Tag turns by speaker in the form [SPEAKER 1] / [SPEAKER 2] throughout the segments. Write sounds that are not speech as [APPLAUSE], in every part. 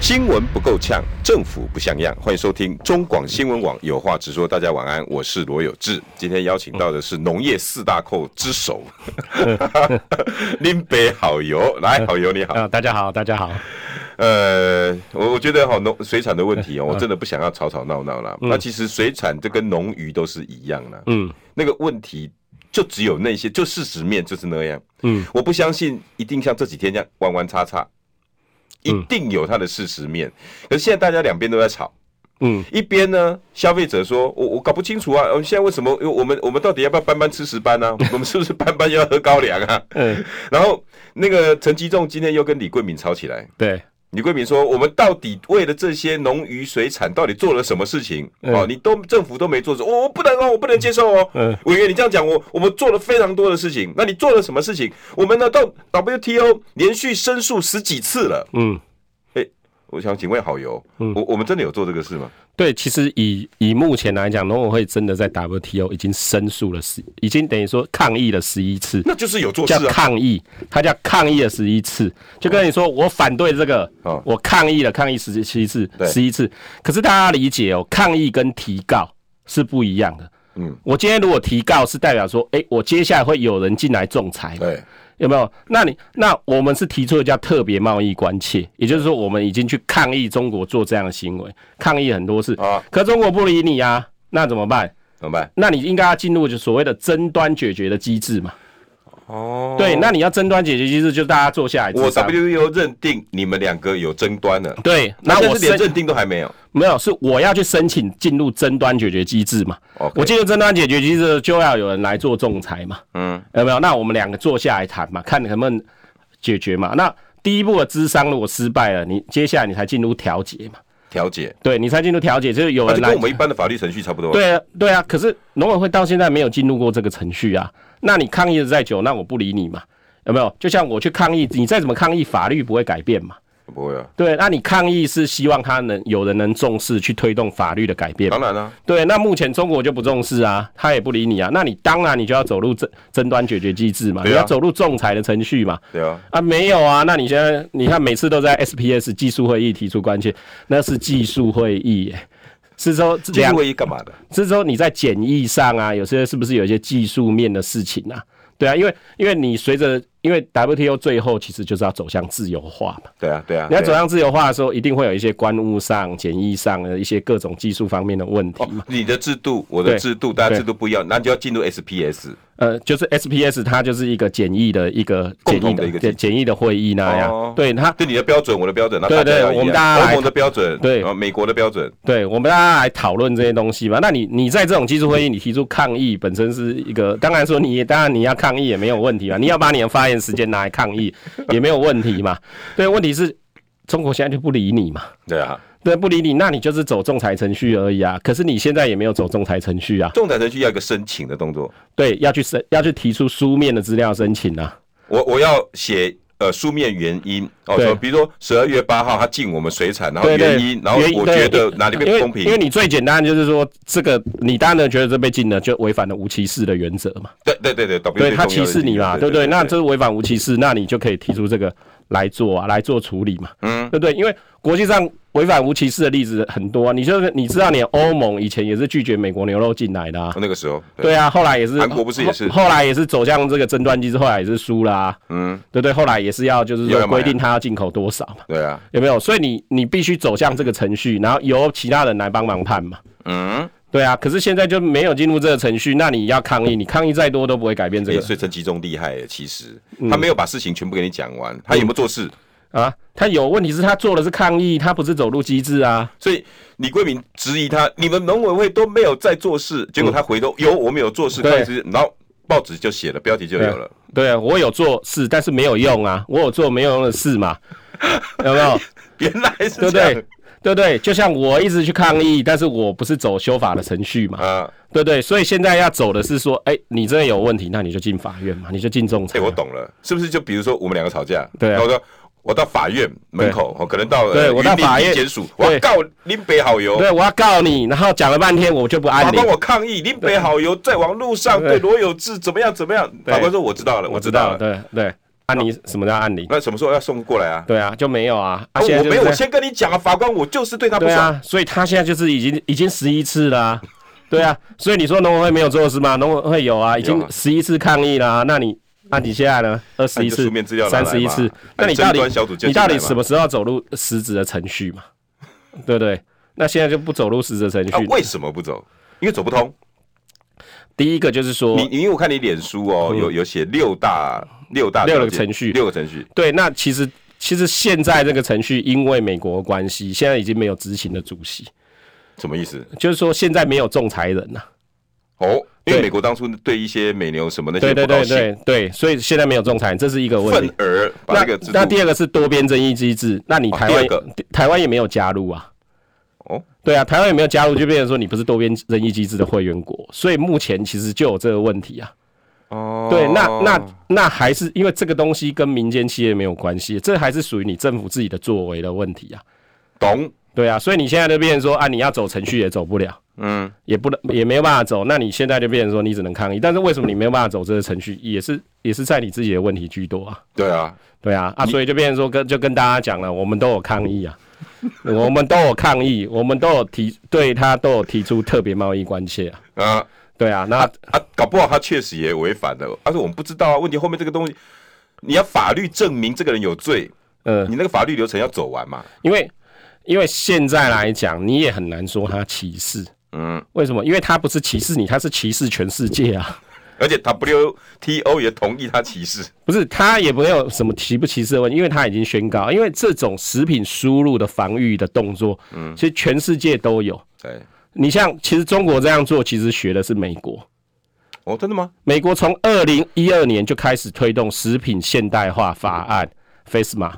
[SPEAKER 1] 新闻不够呛，政府不像样。欢迎收听中广新闻网，有话直说。大家晚安，我是罗有志。今天邀请到的是农业四大寇之首， [LAUGHS] 林北好油，来好油你好。
[SPEAKER 2] 啊、大家好，
[SPEAKER 1] [LAUGHS]
[SPEAKER 2] 大家好。
[SPEAKER 1] 呃，我我觉得哈农水产的问
[SPEAKER 2] [LAUGHS]
[SPEAKER 1] 题哦，
[SPEAKER 2] 嗯
[SPEAKER 1] 我真的不想要吵吵闹闹啦。那其实水产这跟农渔都是一样啦，
[SPEAKER 2] 嗯
[SPEAKER 1] 那个问题就只有那些，就事实面就是那样。
[SPEAKER 2] 嗯，
[SPEAKER 1] 我不相信一定像这几天这样弯弯叉叉，一
[SPEAKER 2] 嗯
[SPEAKER 1] 定有它的事实面。可是现在大家两边都在吵，
[SPEAKER 2] 嗯
[SPEAKER 1] 一边呢，消费者说，我我搞不清楚啊，呃现在为什么因为我们我们到底要不要班班吃石斑呢、
[SPEAKER 2] [LAUGHS]
[SPEAKER 1] 啊？我们是不是班班要喝高粱啊？
[SPEAKER 2] 嗯，
[SPEAKER 1] 然后那个陈吉仲今天又跟李桂敏吵起来。
[SPEAKER 2] 对，
[SPEAKER 1] 李桂明说：“我们到底为了这些农渔水产，到底做了什么事情？
[SPEAKER 2] 嗯
[SPEAKER 1] 哦，你都政府都没做，我、我不能哦，我不能接受哦。
[SPEAKER 2] 嗯
[SPEAKER 1] 委员，你这样讲，我我们做了非常多的事情。那你做了什么事情？我们呢到 WTO 连续申诉十几次了。
[SPEAKER 2] 嗯，
[SPEAKER 1] 我想请问好友，
[SPEAKER 2] 嗯
[SPEAKER 1] 我我们真的有做这个事吗？
[SPEAKER 2] 对。其实以以目前来讲，农委会真的在 WTO 已经申诉了十，已经等于说抗议了十一次，
[SPEAKER 1] 那就是有做事
[SPEAKER 2] 叫
[SPEAKER 1] 啊。
[SPEAKER 2] 抗议，它叫抗议了十一次，就跟你说我反对这个
[SPEAKER 1] 哦，
[SPEAKER 2] 我抗议了抗议十七次，
[SPEAKER 1] 对
[SPEAKER 2] 十一次。可是大家理解哦，抗议跟提告是不一样的。
[SPEAKER 1] 嗯，
[SPEAKER 2] 我今天如果提告，是代表说，诶，我接下来会有人进来仲裁，
[SPEAKER 1] 对，
[SPEAKER 2] 有没有？那你那我们是提出了叫特别贸易关切，也就是说，我们已经去抗议中国做这样的行为，抗议很多次，
[SPEAKER 1] 啊
[SPEAKER 2] 可中国不理你啊，那怎么办？
[SPEAKER 1] 怎么办？
[SPEAKER 2] 那你应该要进入就所谓的争端解决的机制嘛？
[SPEAKER 1] 哦，
[SPEAKER 2] 对，那你要争端解决机制，就大家坐下来
[SPEAKER 1] 我
[SPEAKER 2] 磋商。
[SPEAKER 1] WTO 认定你们两个有争端了，
[SPEAKER 2] 对，
[SPEAKER 1] 那
[SPEAKER 2] 那
[SPEAKER 1] 但
[SPEAKER 2] 我
[SPEAKER 1] 是连
[SPEAKER 2] 申
[SPEAKER 1] 认定都还没有。
[SPEAKER 2] 没有，是我要去申请进入争端解决机制嘛？
[SPEAKER 1] OK
[SPEAKER 2] 我进入争端解决机制就要有人来做仲裁嘛？
[SPEAKER 1] 嗯，
[SPEAKER 2] 有没有？那我们两个坐下来谈嘛，看能不能解决嘛？那第一步的智商如果失败了，你接下来你才进入调解嘛？
[SPEAKER 1] 调解，
[SPEAKER 2] 对，你才进入调解，就是有
[SPEAKER 1] 那、
[SPEAKER 2] 人
[SPEAKER 1] 就
[SPEAKER 2] 来。
[SPEAKER 1] 啊跟我们一般的法律程序差不多。，
[SPEAKER 2] 对啊，对啊。可是农委会到现在没有进入过这个程序啊。那你抗议的再久，那我不理你嘛？有没有？就像我去抗议，你再怎么抗议，法律不会改变嘛？
[SPEAKER 1] 不会啊，
[SPEAKER 2] 对，那你抗议是希望他能有人能重视去推动法律的改变嘛
[SPEAKER 1] 当然啦、啊
[SPEAKER 2] 对，那目前中国就不重视啊，他也不理你啊，那你当然你就要走入争争端解决机制嘛，
[SPEAKER 1] 对啊
[SPEAKER 2] 你要走入仲裁的程序嘛。
[SPEAKER 1] 对啊。
[SPEAKER 2] 啊，没有啊，那你现在你看每次都在 SPS 技术会议提出关切，那是技术会议耶、是说
[SPEAKER 1] 技
[SPEAKER 2] 两
[SPEAKER 1] 术会议干嘛的？
[SPEAKER 2] 是说你在简易上啊，有些是不是有一些技术面的事情啊？对啊，因为因为你随着因为 WTO 最后其实就是要走向自由化嘛，
[SPEAKER 1] 对啊，对啊，
[SPEAKER 2] 你要走
[SPEAKER 1] 对啊
[SPEAKER 2] 向自由化的时候，一定会有一些官务上、简易上的一些各种技术方面的问题嘛。
[SPEAKER 1] 哦，你的制度，我的
[SPEAKER 2] 啊对
[SPEAKER 1] 制度，大家
[SPEAKER 2] 对
[SPEAKER 1] 制度不一样，那就要进入 SPS。
[SPEAKER 2] 呃，就是 SPS 它就是一个简易的一个
[SPEAKER 1] 共
[SPEAKER 2] 简
[SPEAKER 1] 同
[SPEAKER 2] 易
[SPEAKER 1] 的一个
[SPEAKER 2] 简简易的会议那样，
[SPEAKER 1] 哦
[SPEAKER 2] 对它。
[SPEAKER 1] 对你的标准，我的标准，那
[SPEAKER 2] 对
[SPEAKER 1] 大家
[SPEAKER 2] 对
[SPEAKER 1] 要一样
[SPEAKER 2] 我们大家来
[SPEAKER 1] 欧盟的标准，
[SPEAKER 2] 对
[SPEAKER 1] 然后美国的标准，
[SPEAKER 2] 对，我们大家来讨论这些东西吧。那你你在这种技术会议，你提出抗议，本身是一个，当然说你也当然你要抗议也没有
[SPEAKER 1] [LAUGHS]
[SPEAKER 2] 问题嘛，你要把你的发言时间拿来抗议 [LAUGHS] 也没有问题嘛。对，问题是中国现在就不理你嘛，
[SPEAKER 1] 对啊，
[SPEAKER 2] 对，不理你，那你就是走仲裁程序而已啊。可是你现在也没有走仲裁程序啊，
[SPEAKER 1] 仲裁程序要一个申请的动作，
[SPEAKER 2] 对，要去申要去提出书面的资料申请啊。
[SPEAKER 1] 我我要写。呃，书面原因哦，
[SPEAKER 2] 对
[SPEAKER 1] 说比如说十二月八号他进我们水产，然后
[SPEAKER 2] 对对
[SPEAKER 1] 原因，然后
[SPEAKER 2] 原因
[SPEAKER 1] 我
[SPEAKER 2] 对
[SPEAKER 1] 觉得哪里
[SPEAKER 2] 因
[SPEAKER 1] 不
[SPEAKER 2] 为
[SPEAKER 1] 公平
[SPEAKER 2] 因为，你最简单就是说，这个你当然觉得这被禁了，就违反了无歧视的原则嘛，
[SPEAKER 1] 对对对对，
[SPEAKER 2] 对
[SPEAKER 1] WTO
[SPEAKER 2] 他歧视你嘛，
[SPEAKER 1] 对
[SPEAKER 2] 对不对？那这是违反无歧视，那你就可以提出这个来做啊，来做处理嘛，
[SPEAKER 1] 嗯，
[SPEAKER 2] 对不对？因为国际上违反无歧视的例子很多、啊，你就是你知道，你欧盟以前也是拒绝美国牛肉进来的啊。
[SPEAKER 1] 哦那个时候，
[SPEAKER 2] 对啊，后来也是
[SPEAKER 1] 嗯韩国不是也是
[SPEAKER 2] 后后来也是走向这个争端机制，后来也是输啦、啊，
[SPEAKER 1] 嗯，
[SPEAKER 2] 对不对？后来也是要就是
[SPEAKER 1] 又
[SPEAKER 2] 说
[SPEAKER 1] 要买啊
[SPEAKER 2] 规定它要进口多少嘛，
[SPEAKER 1] 对啊，
[SPEAKER 2] 有没有？所以你你必须走向这个程序，然后由其他人来帮忙判嘛。
[SPEAKER 1] 嗯，
[SPEAKER 2] 对啊，可是现在就没有进入这个程序，那你要抗议，你抗议再多都不会改变这
[SPEAKER 1] 也
[SPEAKER 2] 个、嗯
[SPEAKER 1] 所以陈吉仲厉害耶，其实他没有把事情全部给你讲完，他有没有做事？
[SPEAKER 2] 啊。他有问题是他做的是抗议，他不是走入机制啊。
[SPEAKER 1] 所以李桂明质疑他，你们农委会都没有在做事，结果他回头有我们有做事，
[SPEAKER 2] 对
[SPEAKER 1] 开始然后报纸就写了，标题就有了。
[SPEAKER 2] 对啊，我有做事，但是
[SPEAKER 1] [LAUGHS]
[SPEAKER 2] 没有用啊，我有做没有用的事嘛，有没有？
[SPEAKER 1] 原来
[SPEAKER 2] 对
[SPEAKER 1] 是
[SPEAKER 2] 不
[SPEAKER 1] 这样
[SPEAKER 2] 对，？对不对？就像我一直去抗议，但是我不是走修法的程序嘛，
[SPEAKER 1] 啊，
[SPEAKER 2] 对不对？所以现在要走的是说，哎，你真的有问题，那你就进法院嘛，你就进仲裁
[SPEAKER 1] 哎，
[SPEAKER 2] 啊。
[SPEAKER 1] 我懂了，是不是？就比如说我们两个吵架，
[SPEAKER 2] 对啊
[SPEAKER 1] 然后我说我到法院门口，哦可能到呃
[SPEAKER 2] 对我到
[SPEAKER 1] 云林
[SPEAKER 2] 法院
[SPEAKER 1] 地检署，我要
[SPEAKER 2] 对
[SPEAKER 1] 告林北好友，
[SPEAKER 2] 对，我要告你，然后讲了半天，我就不按
[SPEAKER 1] 哦法
[SPEAKER 2] 你
[SPEAKER 1] 官，。我抗议，林北好友在网络上对
[SPEAKER 2] 对
[SPEAKER 1] 罗有志怎么样怎么样？
[SPEAKER 2] 对
[SPEAKER 1] 法官说我知道了，我知道了。
[SPEAKER 2] 对对，按你什么叫按你？
[SPEAKER 1] 那什么时候要送过来啊？
[SPEAKER 2] 对啊，就没有啊。
[SPEAKER 1] 啊
[SPEAKER 2] 啊，现在
[SPEAKER 1] 我
[SPEAKER 2] 就
[SPEAKER 1] 没
[SPEAKER 2] 是
[SPEAKER 1] 有，我
[SPEAKER 2] 这样
[SPEAKER 1] 先跟你讲啊，法官，我就是对他不
[SPEAKER 2] 对
[SPEAKER 1] 爽。
[SPEAKER 2] 啊，所以他现在就是已经已经十一次啦、
[SPEAKER 1] [LAUGHS]
[SPEAKER 2] 对啊，所以你说农委会没有做事吗？农委会有啊，已
[SPEAKER 1] 有
[SPEAKER 2] 经
[SPEAKER 1] 啊
[SPEAKER 2] 十一次抗议啦、那你那你现在呢？二十
[SPEAKER 1] 你
[SPEAKER 2] 一
[SPEAKER 1] 就
[SPEAKER 2] 次
[SPEAKER 1] 书面资料，拿来
[SPEAKER 2] 三
[SPEAKER 1] 嘛哎
[SPEAKER 2] 十一次，
[SPEAKER 1] 那
[SPEAKER 2] 那
[SPEAKER 1] 你
[SPEAKER 2] 你到
[SPEAKER 1] 争端小组
[SPEAKER 2] 底
[SPEAKER 1] 就
[SPEAKER 2] 你到
[SPEAKER 1] 进
[SPEAKER 2] 底
[SPEAKER 1] 来嘛
[SPEAKER 2] 什么时候要走入实质的程序嘛？对不对？那现在就不走入实质的程
[SPEAKER 1] 啊
[SPEAKER 2] 序。，
[SPEAKER 1] 为什么不走？因为走不通。
[SPEAKER 2] 第一个就是说，嗯
[SPEAKER 1] 你你因为我看你脸书哦，有有写六大六大
[SPEAKER 2] 六个
[SPEAKER 1] 条件
[SPEAKER 2] 程序
[SPEAKER 1] 六个程序。
[SPEAKER 2] 对，那其实其实现在这个程序，因为美国的关系，现在已经没有执行的主席，
[SPEAKER 1] 什么意思？
[SPEAKER 2] 就是说现在没有仲裁人了、
[SPEAKER 1] 哦，因为
[SPEAKER 2] 对
[SPEAKER 1] 美国当初对一些美牛什么那些
[SPEAKER 2] 对对
[SPEAKER 1] 不高
[SPEAKER 2] 对
[SPEAKER 1] 兴，
[SPEAKER 2] 对对，所以现在没有仲裁人，这是一个问题
[SPEAKER 1] 愤。而把
[SPEAKER 2] 那
[SPEAKER 1] 这个制度啊
[SPEAKER 2] 那第二个是多边争议机制，那你台
[SPEAKER 1] 第
[SPEAKER 2] 湾、
[SPEAKER 1] 二个
[SPEAKER 2] 台湾也没有加入啊。
[SPEAKER 1] 哦，
[SPEAKER 2] 对啊，台湾也没有加入，就变成说你不是多边争议机制的会员国，所以目前其实就有这个问题啊。
[SPEAKER 1] 哦
[SPEAKER 2] 对，那那那还是因为这个东西跟民间企业没有关系，这还是属于你政府自己的作为的问题啊。
[SPEAKER 1] 懂
[SPEAKER 2] 对啊，所以你现在就变成说啊，你要走程序也走不了，
[SPEAKER 1] 嗯，
[SPEAKER 2] 也不能也没有办法走，那你现在就变成说你只能抗议，但是为什么你没有办法走这个程序，也是也是在你自己的问题居多啊。
[SPEAKER 1] 对啊，
[SPEAKER 2] 对啊，啊，所以就变成说跟就跟大家讲了，我们都有抗议啊，我们都有抗议，我们都有提对他都有提出特别贸易关切啊，
[SPEAKER 1] 啊
[SPEAKER 2] 对啊，那
[SPEAKER 1] 啊啊，搞不好他确实也违反了，但是我们不知道啊。问题后面这个东西，你要法律证明这个人有罪，
[SPEAKER 2] 呃，
[SPEAKER 1] 你那个法律流程要走完嘛。
[SPEAKER 2] 因为因为现在来讲，你也很难说他歧视，
[SPEAKER 1] 嗯，
[SPEAKER 2] 为什么？因为他不是歧视你，他是歧视全世界啊，
[SPEAKER 1] 而且 WTO 也同意他歧视。
[SPEAKER 2] 不是他也没有什么歧不歧视的问题，因为他已经宣告，因为这种食品输入的防御的动作，嗯，其实全世界都有。
[SPEAKER 1] 对，
[SPEAKER 2] 你像其实中国这样做，其实学的是美国，
[SPEAKER 1] 哦，真的吗？
[SPEAKER 2] 美国从二零一二年就开始推动食品现代化法案 （FASMA），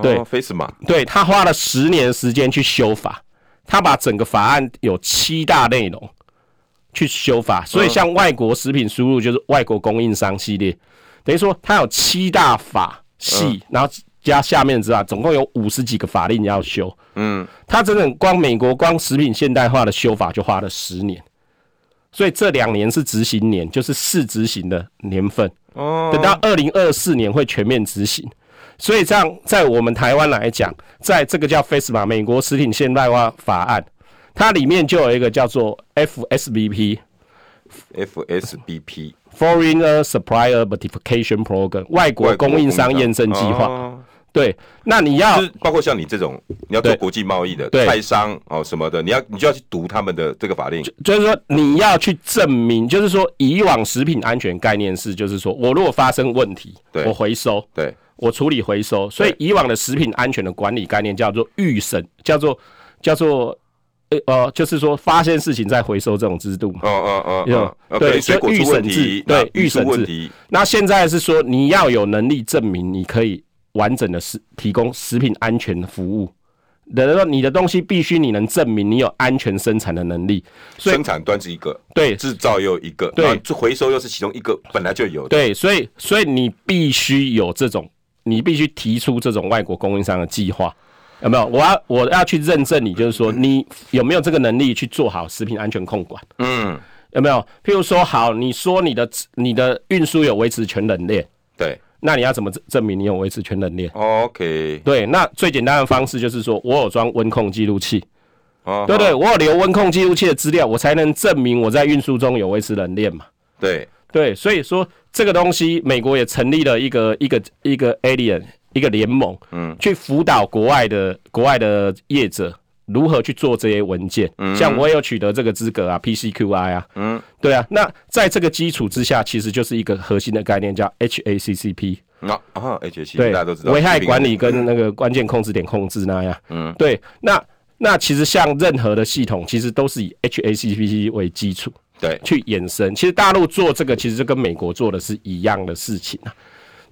[SPEAKER 2] 对
[SPEAKER 1] 哦、，Face 嘛，
[SPEAKER 2] 对他花了十年的时间去修法，他把整个法案有七大内容去修法，
[SPEAKER 1] 嗯
[SPEAKER 2] 所以像外国食品输入就是外国供应商系列，等于说它有七大法
[SPEAKER 1] 嗯
[SPEAKER 2] 系，然后加下面之外，总共有五十几个法令要修。
[SPEAKER 1] 嗯，
[SPEAKER 2] 他整整光美国光食品现代化的修法就花了十年，所以这两年是执行年，就是试执行的年份。
[SPEAKER 1] 哦，
[SPEAKER 2] 等到二零二四年会全面执行。所以这样，在我们台湾来讲，在这个叫 FASMA 美国食品现代化法案，它里面就有一个叫做 FSBP
[SPEAKER 1] FSBP
[SPEAKER 2] Foreigner Supplier Certification Program 外国供应商验证计划。
[SPEAKER 1] 哦
[SPEAKER 2] 对，那你要
[SPEAKER 1] 就是包括像你这种，你要做
[SPEAKER 2] 对
[SPEAKER 1] 国际贸易的
[SPEAKER 2] 对
[SPEAKER 1] 泰商哦什么的，你要你就要去读他们的这个法令，
[SPEAKER 2] 就是说你要去证明，就是说以往食品安全概念是，就是说我如果发生问题
[SPEAKER 1] 对，
[SPEAKER 2] 我回收，
[SPEAKER 1] 对，
[SPEAKER 2] 我处理回收，所以
[SPEAKER 1] 对
[SPEAKER 2] 以往的食品安全的管理概念叫做预审，叫做叫做呃呃，就是说发现事情再回收这种制度嘛。
[SPEAKER 1] 哦哦
[SPEAKER 2] 有
[SPEAKER 1] 哦哦，
[SPEAKER 2] 对
[SPEAKER 1] 可能水
[SPEAKER 2] 就
[SPEAKER 1] 果出
[SPEAKER 2] 预
[SPEAKER 1] 问
[SPEAKER 2] 审
[SPEAKER 1] 题
[SPEAKER 2] 制，对
[SPEAKER 1] 那运
[SPEAKER 2] 预
[SPEAKER 1] 输
[SPEAKER 2] 审
[SPEAKER 1] 问
[SPEAKER 2] 制
[SPEAKER 1] 题，
[SPEAKER 2] 那现在是说你要有能力证明你可以完整的食提供食品安全的服务，等于说你的东西必须你能证明你有安全生产的能力。所以
[SPEAKER 1] 生产端是一个，
[SPEAKER 2] 对
[SPEAKER 1] 制造又一个，
[SPEAKER 2] 对
[SPEAKER 1] 然后这回收又是其中一个本来就有的，
[SPEAKER 2] 对，所以所以你必须有这种，你必须提出这种外国供应商的计划，有没有？我要我要去认证你，就是说你有没有这个能力去做好食品安全控管，
[SPEAKER 1] 嗯，
[SPEAKER 2] 有没有？譬如说，好，你说你的你的运输有维持全冷链，
[SPEAKER 1] 对
[SPEAKER 2] 那你要怎么证证明你有维持全冷链？
[SPEAKER 1] ，OK，
[SPEAKER 2] 对，那最简单的方式就是说我有装温控记录器，
[SPEAKER 1] 哦，
[SPEAKER 2] 对不对，我有留温控记录器的资料，我才能证明我在运输中有维持冷链嘛。
[SPEAKER 1] 对，
[SPEAKER 2] 对，所以说这个东西，美国也成立了一个一个一个 alien 一个联盟，嗯，去辅导国外的国外的业者如何去做这些文件。嗯，像我也有取得这个资格啊，PCQI 啊，嗯，对啊。那在这个基础之下，其实就是一个核心的概念，叫 HACCP。
[SPEAKER 1] 那啊，HC
[SPEAKER 2] 对，
[SPEAKER 1] 大家都知道
[SPEAKER 2] 危害
[SPEAKER 1] 疾病
[SPEAKER 2] 管理跟那个关键控制点控制那样。
[SPEAKER 1] 嗯
[SPEAKER 2] 嗯，对，那那其实像任何的系统，其实都是以 HACCP 为基础
[SPEAKER 1] 对
[SPEAKER 2] 去衍生。其实大陆做这个，其实就跟美国做的是一样的事情啊。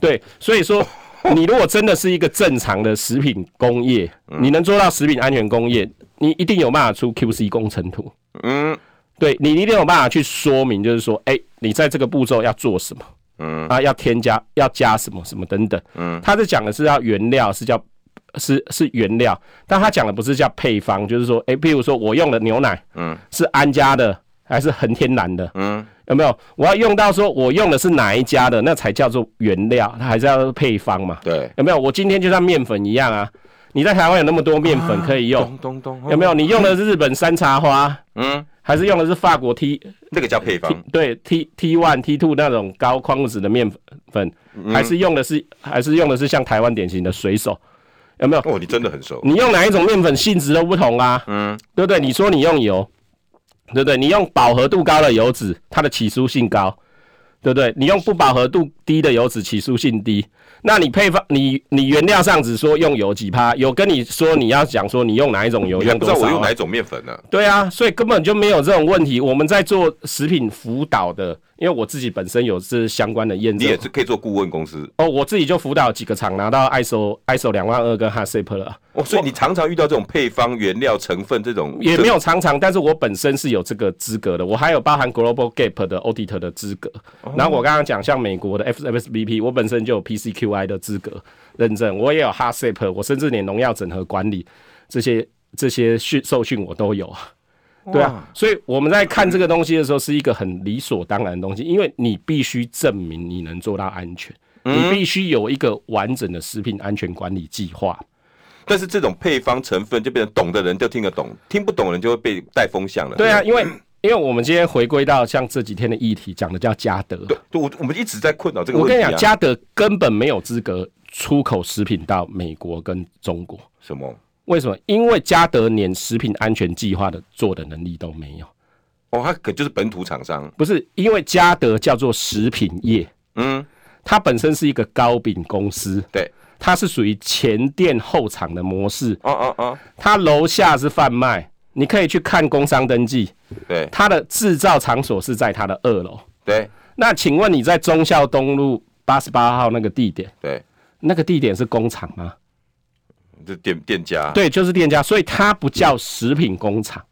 [SPEAKER 2] 对，所以说你如果真的是一个正常的食品工业，你能做到食品安全工业，你一定有办法出 QC 工程图。
[SPEAKER 1] 嗯
[SPEAKER 2] 对你一定有办法去说明，就是说，哎、你在这个步骤要做什么
[SPEAKER 1] 嗯
[SPEAKER 2] 啊？要添加要加什么什么等等。
[SPEAKER 1] 嗯，
[SPEAKER 2] 他这讲的是要原料，是叫是是原料，但他讲的不是叫配方，就是说，哎、譬如说我用的牛奶，
[SPEAKER 1] 嗯，
[SPEAKER 2] 是安家的还是恒天然的，
[SPEAKER 1] 嗯，
[SPEAKER 2] 有没有？我要用到说我用的是哪一家的，那才叫做原料，它还是要配方嘛？
[SPEAKER 1] 对，
[SPEAKER 2] 有没有？我今天就像面粉一样啊，你在台湾有那么多面
[SPEAKER 1] 啊
[SPEAKER 2] 粉可以用，
[SPEAKER 1] 咚咚咚，哦
[SPEAKER 2] 有没有？？你用的是日本山茶花，
[SPEAKER 1] 嗯，
[SPEAKER 2] 还是用的是法国 T
[SPEAKER 1] 这个叫配方
[SPEAKER 2] T，对 T T one T two 那种高矿物质的面粉，
[SPEAKER 1] 嗯
[SPEAKER 2] 还是用的是还是用的是像台湾典型的水手，有没有？
[SPEAKER 1] 哦，你真的很熟，
[SPEAKER 2] 你用哪一种面粉性质都不同啊，
[SPEAKER 1] 嗯
[SPEAKER 2] 对不对？你说你用油，对不对？你用饱和度高的油脂，它的起酥性高，对不对？你用不饱和度低的油脂，起酥性低。那你配方，你你原料上只说用油几趴，有跟你说你要讲说你用哪一种油，
[SPEAKER 1] 你还
[SPEAKER 2] 用
[SPEAKER 1] 不
[SPEAKER 2] 多
[SPEAKER 1] 知道
[SPEAKER 2] 少
[SPEAKER 1] 我
[SPEAKER 2] 啊、
[SPEAKER 1] 用哪一种面粉呢？
[SPEAKER 2] 对啊，所以根本就没有这种问题。我们在做食品辅导的，因为我自己本身有这相关的验
[SPEAKER 1] 你
[SPEAKER 2] 证
[SPEAKER 1] 也是可以做顾问公司
[SPEAKER 2] 哦，我自己就辅导几个厂拿到 ISO ISO 两万二跟 HACCP 了，
[SPEAKER 1] 哦，所以你常常遇到这种配方、原料、成分这种
[SPEAKER 2] 也没
[SPEAKER 1] 有
[SPEAKER 2] 有常常，但是我本身是有这个资格的，我还有包含 Global Gap 的 Auditor 的资格。然后我刚刚讲像美国的 FSBP，我本身就有 PCQI 的资格认证，我也有 HACCP，我甚至连农药整合管理这些这些训受训我都有啊。对啊，所以我们在看这个东西的时候，是一个很理所当然的东西，因为你必须证明你能做到安全，你必须有一个完整的食品安全管理计划。
[SPEAKER 1] 但是这种配方成分就变成懂的人就听得懂，听不懂的人就会被带风向了。
[SPEAKER 2] 对啊，，因为因为我们今天回归到像这几天的议题，讲的叫嘉德。
[SPEAKER 1] 对，就我我们一直在困扰这个
[SPEAKER 2] 我
[SPEAKER 1] 问题、啊。
[SPEAKER 2] 跟你讲，嘉德根本没有资格出口食品到美国跟中国。
[SPEAKER 1] 什么？
[SPEAKER 2] 为什么？因为嘉德连食品安全计划的做的能力都没有。
[SPEAKER 1] 哦，他可就是本土厂商，
[SPEAKER 2] 不是因为嘉德叫做食品业，
[SPEAKER 1] 嗯，
[SPEAKER 2] 它本身是一个糕饼公司，
[SPEAKER 1] 对，
[SPEAKER 2] 它是属于前店后厂的模式，
[SPEAKER 1] 哦哦哦，
[SPEAKER 2] 它楼下是贩卖，你可以去看工商登记，
[SPEAKER 1] 对
[SPEAKER 2] 它的制造场所是在它的二楼。
[SPEAKER 1] 对
[SPEAKER 2] 那请问你在忠孝东路八十八号那个地点，
[SPEAKER 1] 对，
[SPEAKER 2] 那个地点是工厂吗？
[SPEAKER 1] 这店店家，
[SPEAKER 2] 对，就是店家，所以它不叫食品工厂。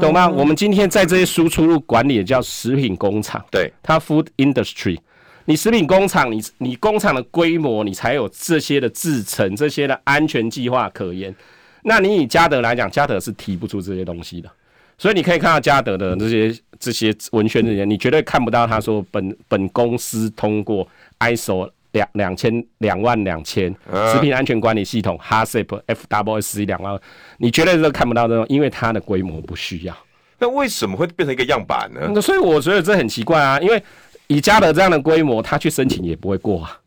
[SPEAKER 2] 懂吗？我们今天在这些输出入管理也叫食品工厂，
[SPEAKER 1] 对
[SPEAKER 2] 它 food industry。你食品工厂，你你工厂的规模，你才有这些的制成、这些的安全计划可言。那你以嘉德来讲，嘉德是提不出这些东西的，所以你可以看到嘉德的这些这些文宣这些，你绝对看不到他说本本公司通过 ISO 两两千两万两千食品安全管理系统 HACCP FWSC 两万，你绝对都看不到这种，因为它的规模不需要。
[SPEAKER 1] 那为什么会变成一个样板呢？
[SPEAKER 2] 那所以我觉得这很奇怪啊，因为以嘉德这样的规模，他去申请也不会过啊。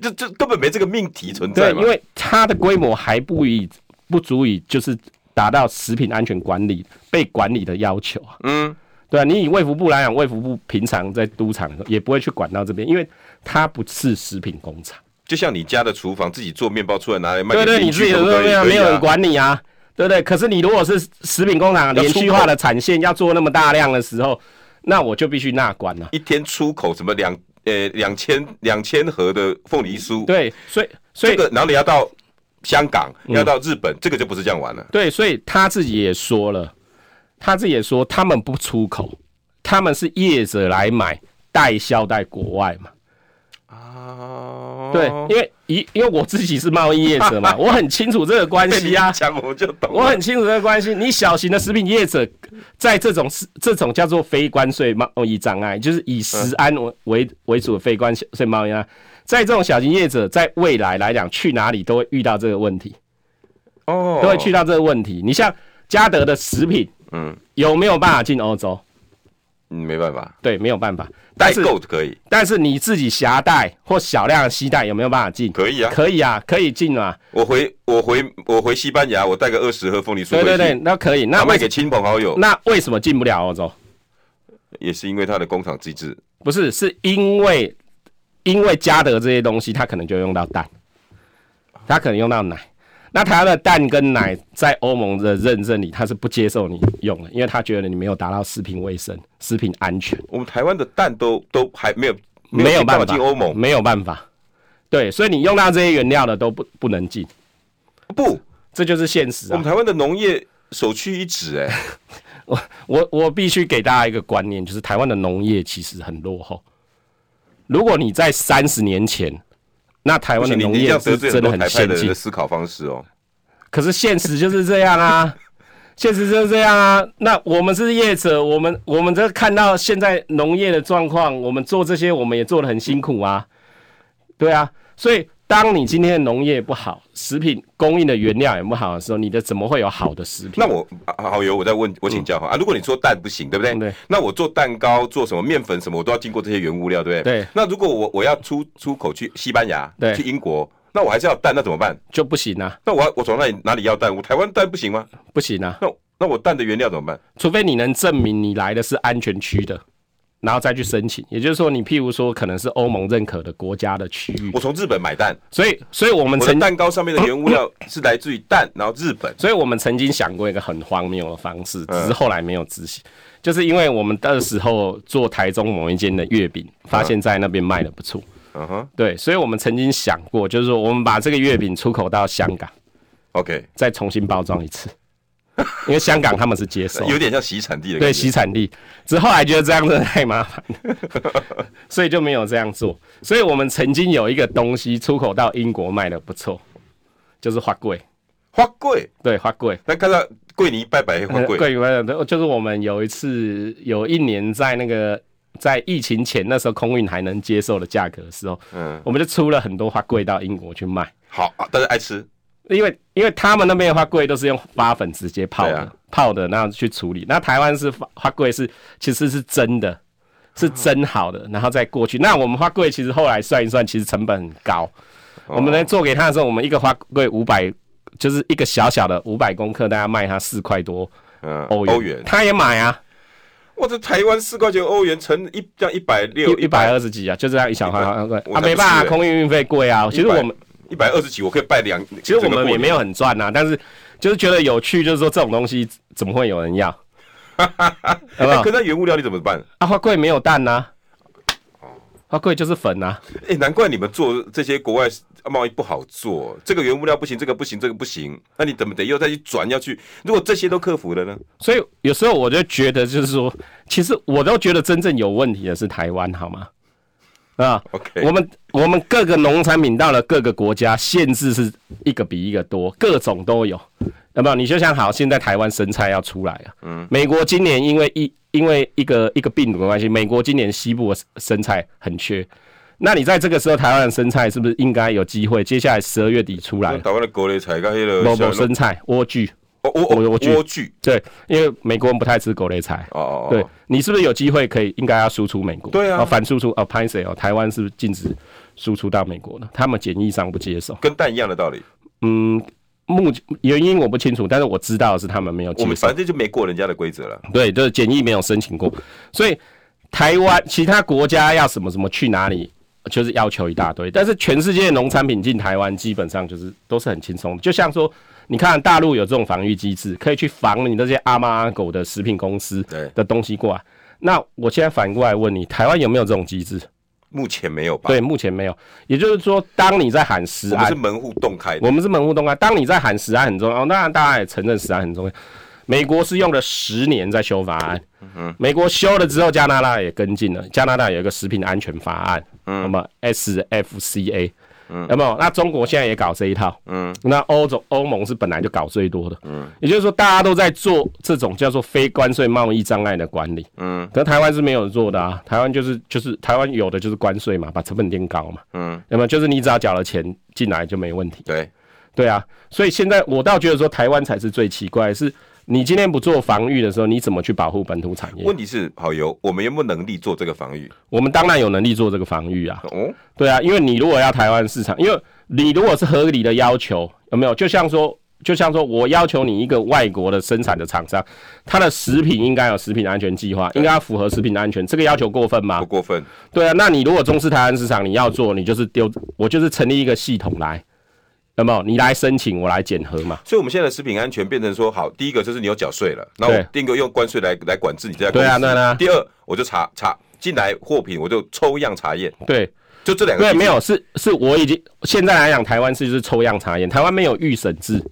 [SPEAKER 1] 这这根本没这个命题存
[SPEAKER 2] 对，
[SPEAKER 1] 在嘛
[SPEAKER 2] 因。为它的规模还不以不足以就是达到食品安全管理被管理的要求啊。
[SPEAKER 1] 嗯，
[SPEAKER 2] 对啊，你以卫福部来讲，卫福部平常在督场的时候也不会去管到这边，因为它不是食品工厂。
[SPEAKER 1] 就像你家的厨房自己做面包出来拿来卖
[SPEAKER 2] 对
[SPEAKER 1] 给
[SPEAKER 2] 对，
[SPEAKER 1] 邻
[SPEAKER 2] 你自
[SPEAKER 1] 居
[SPEAKER 2] 己
[SPEAKER 1] 什
[SPEAKER 2] 的
[SPEAKER 1] 么的，
[SPEAKER 2] 对对
[SPEAKER 1] 也
[SPEAKER 2] 啊，
[SPEAKER 1] 可以
[SPEAKER 2] 没有人
[SPEAKER 1] 啊。
[SPEAKER 2] 管你啊，对不对？可是你如果是食品工厂
[SPEAKER 1] 要
[SPEAKER 2] 连
[SPEAKER 1] 出
[SPEAKER 2] 续
[SPEAKER 1] 口
[SPEAKER 2] 化的产线要做那么大量的时候，那我就必须纳管了、啊
[SPEAKER 1] 一天出口什么两呃两千两千盒的凤梨酥，
[SPEAKER 2] 对，嗯所以所以
[SPEAKER 1] 这个然后你要到香港，要到日本，这个就不是这样玩了。
[SPEAKER 2] 对，所以他自己也说了，他自己也说他们不出口，他们是业者来买代销在国外嘛。
[SPEAKER 1] 啊
[SPEAKER 2] 对，因为一因为我自己是贸易业者嘛，我很清楚这个关
[SPEAKER 1] 被你
[SPEAKER 2] 系
[SPEAKER 1] 一
[SPEAKER 2] 啊。
[SPEAKER 1] 讲我就懂了。
[SPEAKER 2] 我很清楚这个关系，你小型的食品业者，在这种这种叫做非关税贸易障碍，就是以食安为为为主的非关税贸易障碍，在这种小型业者，在未来来讲，去哪里都会遇到这个问题。
[SPEAKER 1] 哦，
[SPEAKER 2] 都会去到这个问题。你像嘉德的食品，
[SPEAKER 1] 嗯
[SPEAKER 2] 嗯，有没有办法进欧洲？
[SPEAKER 1] 嗯，没办法，
[SPEAKER 2] 对，没有办法。
[SPEAKER 1] 代
[SPEAKER 2] 但是
[SPEAKER 1] 购可以，
[SPEAKER 2] 但是你自己携带或少量的携带有没有办法进？
[SPEAKER 1] 可以啊。
[SPEAKER 2] 可以啊，可以进啊。
[SPEAKER 1] 我回我回我回西班牙，我带个二十盒凤梨酥回
[SPEAKER 2] 对
[SPEAKER 1] 去，
[SPEAKER 2] 对对，那可以。那
[SPEAKER 1] 拿卖
[SPEAKER 2] 为
[SPEAKER 1] 给亲朋好友，
[SPEAKER 2] 那为什么进不了欧洲？
[SPEAKER 1] 也是因为它的工厂机制。
[SPEAKER 2] 不是，是因为因为嘉德这些东西，它可能就用到蛋，它可能用到奶。那台湾的蛋跟奶在欧盟的认证里，它是不接受你用的，因为他觉得你没有达到食品卫生、食品安全。
[SPEAKER 1] 我们台湾的蛋都都还没有
[SPEAKER 2] 没有办
[SPEAKER 1] 进
[SPEAKER 2] 法嗯
[SPEAKER 1] 欧盟，
[SPEAKER 2] 没有办法，对，所以你用到这些原料的都不不能进，
[SPEAKER 1] 不，
[SPEAKER 2] 这就是现实
[SPEAKER 1] 我
[SPEAKER 2] 啊
[SPEAKER 1] 们。台湾的农业首屈一指哎、
[SPEAKER 2] 我我我必须给大家一个观念，就是台湾的农业其实很落后。如果你在三十年前，那台
[SPEAKER 1] 不
[SPEAKER 2] 湾的
[SPEAKER 1] 行，你
[SPEAKER 2] 农
[SPEAKER 1] 你这
[SPEAKER 2] 业
[SPEAKER 1] 样
[SPEAKER 2] 是
[SPEAKER 1] 得罪
[SPEAKER 2] 真
[SPEAKER 1] 很
[SPEAKER 2] 的
[SPEAKER 1] 多
[SPEAKER 2] 很
[SPEAKER 1] 台派
[SPEAKER 2] 先
[SPEAKER 1] 的人
[SPEAKER 2] 进
[SPEAKER 1] 的，思考方式哦。
[SPEAKER 2] 可是现实就是这样啊， [LAUGHS] 现实就是这样啊。那我们是业者，我们我们这看到现在农业的状况，我们做这些我们也做的很辛苦啊，对啊。所以当你今天的农业不好，食品供应的原料也不好的时候，你的怎么会有好的食品？
[SPEAKER 1] 那我啊好友，我再问，我请教哈、啊，如果你做蛋不行，对不对？
[SPEAKER 2] 嗯对
[SPEAKER 1] 那我做蛋糕、做什么面粉什么，我都要经过这些原物料，对不对？
[SPEAKER 2] 对。
[SPEAKER 1] 那如果我我要出出口去西班牙、
[SPEAKER 2] 对
[SPEAKER 1] 去英国，那我还是要蛋，那怎么办？
[SPEAKER 2] 就不行啊，
[SPEAKER 1] 那我要我从哪里哪里要蛋？我台湾蛋不行吗？
[SPEAKER 2] 不行啊。
[SPEAKER 1] 那那我蛋的原料怎么办？
[SPEAKER 2] 除非你能证明你来的是安全区的，然后再去申请。也就是说，你譬如说可能是欧盟认可的国家的区域，
[SPEAKER 1] 我从日本买蛋，
[SPEAKER 2] 所以，所以我们
[SPEAKER 1] 我的
[SPEAKER 2] 曾，
[SPEAKER 1] 蛋糕上面的原物料是来自于蛋，然后日本。
[SPEAKER 2] 所以我们曾经想过一个很荒谬的方式，
[SPEAKER 1] 嗯
[SPEAKER 2] 只是后来没有执行，就是因为我们那时候做台中某一间的月饼，发现在那边卖的不错，
[SPEAKER 1] 嗯哼
[SPEAKER 2] 对，所以我们曾经想过，就是说我们把这个月饼出口到香港，
[SPEAKER 1] ，OK，
[SPEAKER 2] 再重新包装一次，因为香港他们是接受的，
[SPEAKER 1] [LAUGHS] 有点像洗产地的感
[SPEAKER 2] 对
[SPEAKER 1] 觉。
[SPEAKER 2] 洗产地，只是后来觉得这样真的太麻烦了， [LAUGHS] 所以就没有这样做。所以我们曾经有一个东西出口到英国卖的不错，就是花桂，
[SPEAKER 1] 花贵，
[SPEAKER 2] 对花桂。
[SPEAKER 1] 那看到桂泥拜拜花贵，
[SPEAKER 2] 呃桂鱼卖的，就是我们有一次有一年在那个在疫情前那时候空运还能接受的价格的时候，
[SPEAKER 1] 嗯，
[SPEAKER 2] 我们就出了很多花桂到英国去卖，
[SPEAKER 1] 好，啊大家爱吃，
[SPEAKER 2] 因为因为他们那边的花桂都是用发粉直接泡的，
[SPEAKER 1] 对啊
[SPEAKER 2] 泡的然后去处理。那台湾是花花桂是其实是蒸的，是蒸好的，然后再过去。那我们花桂其实后来算一算，其实成本很高。
[SPEAKER 1] 哦
[SPEAKER 2] 我们在做给他的时候，我们一个花桂五百，就是一个小小的五百公克，大家卖他四块多
[SPEAKER 1] 嗯，
[SPEAKER 2] 欧元，
[SPEAKER 1] 欧元，
[SPEAKER 2] 他也买啊，
[SPEAKER 1] 我这台湾四块钱欧元乘一这样一百六
[SPEAKER 2] 一一百二十几啊，就这样一小花花桂
[SPEAKER 1] 我才
[SPEAKER 2] 啊，
[SPEAKER 1] 不
[SPEAKER 2] 没办法，
[SPEAKER 1] 吃欸
[SPEAKER 2] 空运运费贵啊。其实我们
[SPEAKER 1] 一百二十几，我可以拜两。
[SPEAKER 2] 其实我们也没有很赚呐、但是就是觉得有趣，就是说这种东西怎么会有
[SPEAKER 1] [LAUGHS]
[SPEAKER 2] 人要？好
[SPEAKER 1] 整个过
[SPEAKER 2] 不
[SPEAKER 1] 年，哎
[SPEAKER 2] 好
[SPEAKER 1] 可？是那原物料你怎么办？
[SPEAKER 2] 啊，花桂没有蛋呐、花桂就是粉啊呐、
[SPEAKER 1] 哎，难怪你们做这些国外贸易不好做，这个原物料不行，这个不行，这个不行，那你怎么得又再去转要去？如果这些都克服了呢？
[SPEAKER 2] 所以有时候我就觉得，就是说，其实我都觉得真正有问题的是台湾，好吗？啊
[SPEAKER 1] OK
[SPEAKER 2] 我们我们各个农产品到了各个国家，限制是一个比一个多，各种都有。那么你就想好，现在台湾生菜要出来了，嗯，美国今年因为一因为一个一个病毒的关系，美国今年西部的生菜很缺。那你在这个时候，台湾的生菜是不是应该有机会？接下来十二月底出来
[SPEAKER 1] 那，台湾的国内才跟黑了，
[SPEAKER 2] 某某生菜、莴苣，
[SPEAKER 1] 哦哦
[SPEAKER 2] 我
[SPEAKER 1] 哦
[SPEAKER 2] 我去
[SPEAKER 1] 莴苣，
[SPEAKER 2] 对，因为美国人不太吃狗类菜，
[SPEAKER 1] 哦哦，哦
[SPEAKER 2] 对，你是不是有机会可以应该要输出美国？
[SPEAKER 1] 对啊
[SPEAKER 2] 哦反输出哦，拍谁哦？台湾是不是禁止输出到美国呢？他们简易上不接受。
[SPEAKER 1] 跟蛋一样的道理。
[SPEAKER 2] 嗯，目原因我不清楚，但是我知道的是他们没有
[SPEAKER 1] 我
[SPEAKER 2] 接
[SPEAKER 1] 们
[SPEAKER 2] 受
[SPEAKER 1] 反。正就没过人家的规则了。
[SPEAKER 2] 对，就是简易没有申请过，所以台湾其他国家要什么什么去哪里，就是要求一大堆。但是全世界的农产品进台湾，基本上就是都是很轻松的。就像说，你看大陆有这种防御机制，可以去防你这些阿猫阿狗的食品公司
[SPEAKER 1] 对
[SPEAKER 2] 的东西过来。那我现在反过来问你，台湾有没有这种机制？
[SPEAKER 1] 目前没有吧？，
[SPEAKER 2] 对，目前没有。也就是说，当你在喊食
[SPEAKER 1] 我们
[SPEAKER 2] 安
[SPEAKER 1] 是，门户洞开的。
[SPEAKER 2] 我们是门户洞啊。当你在喊食安很重要，哦当然大家也承认食安很重要。美国是用了十年在修法案，美国修了之后，加拿大也跟进了。加拿大有一个食品安全法案，那么 SFCA，那么那中国现在也搞这一套，嗯，那欧洲欧盟是本来就搞最多的，嗯，也就是说大家都在做这种叫做非关税贸易障碍的管理，嗯，可是台湾是没有做的啊，台湾就是就是台湾有的就是关税嘛，把成本垫高嘛，嗯，那么就是你只要缴了钱进来就没问题。
[SPEAKER 1] 对，
[SPEAKER 2] 对啊，所以现在我倒觉得说台湾才是最奇怪的是。你今天不做防御的时候，你怎么去保护本土产业？
[SPEAKER 1] 问题是好油，我们有没有能力做这个防御？
[SPEAKER 2] 我们当然有能力做这个防御啊，
[SPEAKER 1] 哦，
[SPEAKER 2] 对啊，因为你如果要台湾市场，因为你如果是合理的要求，有没有？就像说，就像说我要求你一个外国的生产的厂商，它的食品应该有食品安全计划，应该要符合食品安全，这个要求过分吗
[SPEAKER 1] 不？过分。
[SPEAKER 2] 对啊，那你如果重视台湾市场，你要做，你就是丢，我就是成立一个系统来，有没有？你来申请，我来检核嘛。
[SPEAKER 1] 所以，我们现在的食品安全变成说，好，第一个就是你有缴税了，那我
[SPEAKER 2] 对
[SPEAKER 1] 第一个用关税来来管制你这家公司。
[SPEAKER 2] 对啊对啊对啊
[SPEAKER 1] 第二，我就查查进来货品，我就抽样查验。
[SPEAKER 2] 对，
[SPEAKER 1] 就这两个
[SPEAKER 2] 对，
[SPEAKER 1] 地区
[SPEAKER 2] 没有是是我已经现在来讲，台湾是就是抽样查验，台湾没有预审制，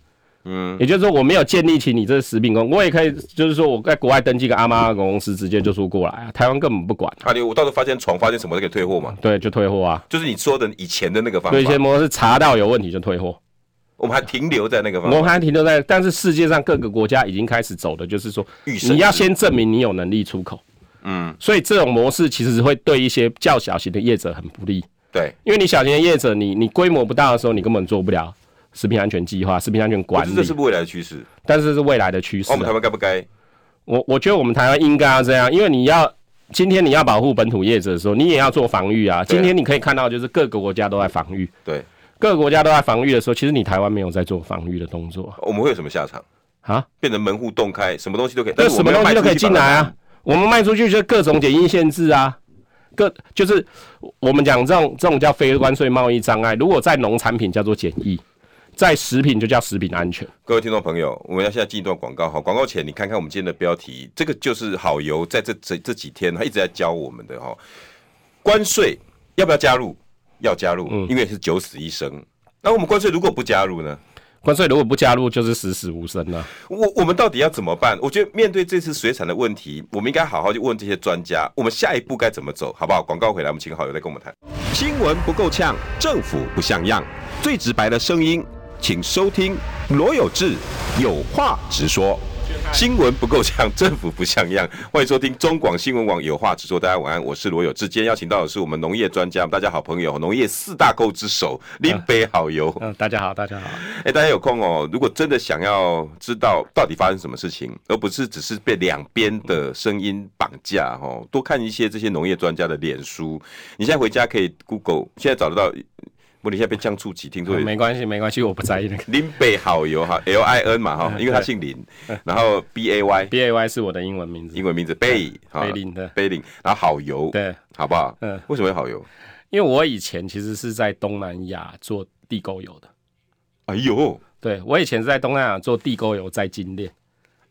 [SPEAKER 1] 嗯，
[SPEAKER 2] 也就是说我没有建立起你这个食品公，我也可以就是说我在国外登记个阿妈公司，直接就输过来啊，台湾根本不管，
[SPEAKER 1] 啊，你我到时候发现床发现什么都可以退货嘛，
[SPEAKER 2] 对，就退货啊，
[SPEAKER 1] 就是你说的以前的那个方
[SPEAKER 2] 所嗯以现在
[SPEAKER 1] 法，
[SPEAKER 2] 模式查到有问题就退货，
[SPEAKER 1] 我们还停留在那个
[SPEAKER 2] 我
[SPEAKER 1] 方
[SPEAKER 2] 们
[SPEAKER 1] 法。
[SPEAKER 2] 还停留在，但是世界上各个国家已经开始走的就是说，
[SPEAKER 1] 预审
[SPEAKER 2] 你要先证明你有能力出口，
[SPEAKER 1] 嗯，
[SPEAKER 2] 所以这种模式其实会对一些较小型的业者很不利。
[SPEAKER 1] 对，
[SPEAKER 2] 因为你小型的业者，你你规模不大的时候，你根本做不了食品安全计划、食品安全
[SPEAKER 1] 我
[SPEAKER 2] 管
[SPEAKER 1] 觉得这
[SPEAKER 2] 理
[SPEAKER 1] 是。未来的趋势。哦
[SPEAKER 2] 但是这是未来的趋势
[SPEAKER 1] 那我们台
[SPEAKER 2] 啊、
[SPEAKER 1] 湾该不该？
[SPEAKER 2] 我我觉得我们台湾应该要这样，因为你要今天你要保护本土业者的时候，你也要做防御啊。今天你可以看到，就是各个国家都在防御，
[SPEAKER 1] 对，
[SPEAKER 2] 各个国家都在防御的时候，其实你台湾没有在做防御的动作啊
[SPEAKER 1] 哦我们会有什么下场？
[SPEAKER 2] 啊，
[SPEAKER 1] 变成门户洞开，什么东西都可以，
[SPEAKER 2] 那
[SPEAKER 1] 但是
[SPEAKER 2] 什
[SPEAKER 1] 我
[SPEAKER 2] 么
[SPEAKER 1] 们要
[SPEAKER 2] 东西
[SPEAKER 1] 卖
[SPEAKER 2] 都可以
[SPEAKER 1] 出去
[SPEAKER 2] 进
[SPEAKER 1] 把它
[SPEAKER 2] 来啊。我们卖出去就是各种检疫限制啊。各就是我们讲这种这种叫非关税贸易障碍，如果在农产品叫做检疫，在食品就叫食品安全。
[SPEAKER 1] 各位听众朋友，我们要现在进一段广告哈。广告前，你看看我们今天的标题，这个就是好油在这这这几天他一直在教我们的哈。关税要不要加入？要加入，因为是九死一生。那我们关税如果不加入呢？
[SPEAKER 2] 关税如果不加入，就是死死无生了、啊
[SPEAKER 1] 我我们到底要怎么办？我觉得面对这次水产的问题，我们应该好好去问这些专家，我们下一步该怎么走，好不好？广告回来，我们请好友再跟我们谈。新闻不够呛，政府不像样，最直白的声音，请收听罗有志有话直说。新闻不够呛，政府不像样。欢迎收听中广新闻网有话直说。大家晚安，我是罗有志。今天邀请到的是我们农业专家，我们大家好朋友，农业四大购之首林北好油。
[SPEAKER 2] 嗯，大家好，大家好。
[SPEAKER 1] 哎、大家有空哦，如果真的想要知道到底发生什么事情，而不是只是被两边的声音绑架哦，多看一些这些农业专家的脸书。你现在回家可以 Google，现在找得到。不，你现在被降触及，听说有
[SPEAKER 2] 啊没关系，没关系，我不在意那个。
[SPEAKER 1] 林北好友哈，L I N 嘛哈，因为他姓林，然后 B A Y
[SPEAKER 2] [LAUGHS] B A Y 是我的英文啊名字
[SPEAKER 1] 英，文名字贝哈
[SPEAKER 2] 贝林的
[SPEAKER 1] 贝林，然后好油，
[SPEAKER 2] 对，
[SPEAKER 1] 好不好？
[SPEAKER 2] 嗯
[SPEAKER 1] 为什么有好油？
[SPEAKER 2] 因为我以前其实是在东南亚做地沟油的。
[SPEAKER 1] 哎呦，
[SPEAKER 2] 对我以前是在东南亚做地沟油再精炼，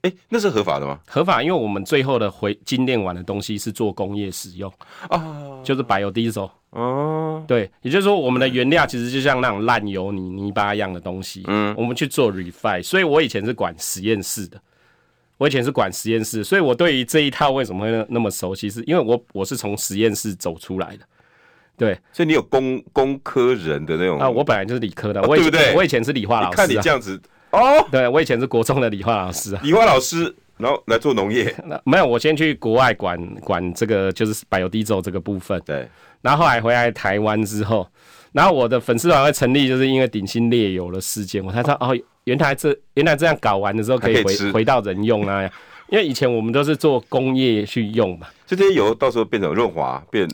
[SPEAKER 1] 哎、那是合法的吗？
[SPEAKER 2] 合法，因为我们最后的回精炼完的东西是做工业使用，
[SPEAKER 1] 啊，
[SPEAKER 2] 就是 biodiesel。
[SPEAKER 1] 哦，
[SPEAKER 2] 对，也就是说，我们的原料其实就像那种烂油泥、泥巴一样的东西，
[SPEAKER 1] 嗯
[SPEAKER 2] 嗯，我们去做 refine。所以我以前是管实验室的，我以前是管实验室，所以我对于这一套为什么会那那么熟悉，是因为我我是从实验室走出来的。对
[SPEAKER 1] 所以你有工工科人的那种
[SPEAKER 2] 啊，我本来就是理科的，
[SPEAKER 1] 哦
[SPEAKER 2] 我以前
[SPEAKER 1] 对不对
[SPEAKER 2] 我以前是理化老
[SPEAKER 1] 你
[SPEAKER 2] 师、啊，
[SPEAKER 1] 看你这样子哦，
[SPEAKER 2] 对我以前是国中的理化老师啊。
[SPEAKER 1] 理化老师，然后来做农
[SPEAKER 2] [LAUGHS]
[SPEAKER 1] 业，
[SPEAKER 2] 那没有，我先去国外管管这个就是 biodiesel 这个部分，
[SPEAKER 1] 对，
[SPEAKER 2] 然后后来回来台湾之后，然后我的粉丝团会成立，就是因为顶新猎友的事件，我才知道哦，原来这原来这样搞完的时候可以
[SPEAKER 1] 还可以
[SPEAKER 2] 回
[SPEAKER 1] 吃
[SPEAKER 2] 回到人用啊，因为以前我们都是做工业去用嘛，
[SPEAKER 1] 所以这些油到时候变成润滑，变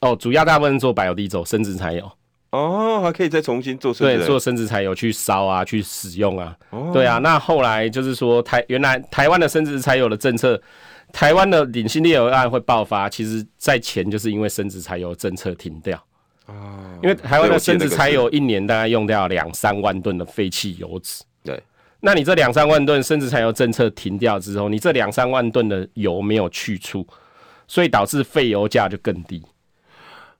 [SPEAKER 2] 哦，主要大部分做柏油地走生殖柴油，
[SPEAKER 1] 哦，还可以再重新做生
[SPEAKER 2] 对，
[SPEAKER 1] 产
[SPEAKER 2] 做生殖柴油去烧啊，去使用啊，
[SPEAKER 1] 哦
[SPEAKER 2] 对啊，那后来就是说台原来台湾的生殖柴油的政策。台湾的领性猎油案会爆发，其实在前就是因为生殖柴油政策停掉，
[SPEAKER 1] 哦
[SPEAKER 2] 因为台湾的生
[SPEAKER 1] 对我记得那
[SPEAKER 2] 殖
[SPEAKER 1] 个是
[SPEAKER 2] 柴油一年大概用掉两三万吨的废弃油脂。
[SPEAKER 1] 对，
[SPEAKER 2] 那你这两三万吨生殖柴油政策停掉之后，你这两三万吨的油没有去处，所以导致废油价就更低。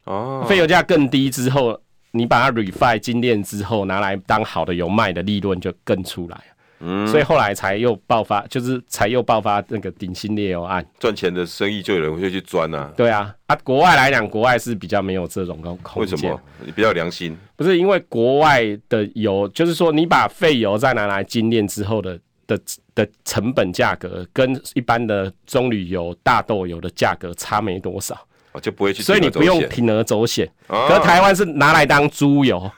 [SPEAKER 1] 哦，
[SPEAKER 2] 废油价更低之后，你把它 refine 精炼之后，拿来当好的油卖的利润就更出来。嗯，所以后来才又爆发，就是才又爆发那个顶新炼油案。
[SPEAKER 1] 赚钱的生意就有人会去钻啊，
[SPEAKER 2] 对啊，啊，国外来讲，国外是比较没有这种空空
[SPEAKER 1] 为
[SPEAKER 2] 间。
[SPEAKER 1] 什么？你比较有良心，
[SPEAKER 2] 不是因为国外的油，就是说你把废油再拿来精炼之后的的的成本价格，跟一般的棕榈油、大豆油的价格差没多少，
[SPEAKER 1] 哦就不会去铤
[SPEAKER 2] 所
[SPEAKER 1] 而
[SPEAKER 2] 以你
[SPEAKER 1] 走
[SPEAKER 2] 不用
[SPEAKER 1] 险
[SPEAKER 2] 铤而走险。
[SPEAKER 1] 哦
[SPEAKER 2] 可是台湾是拿来当猪油，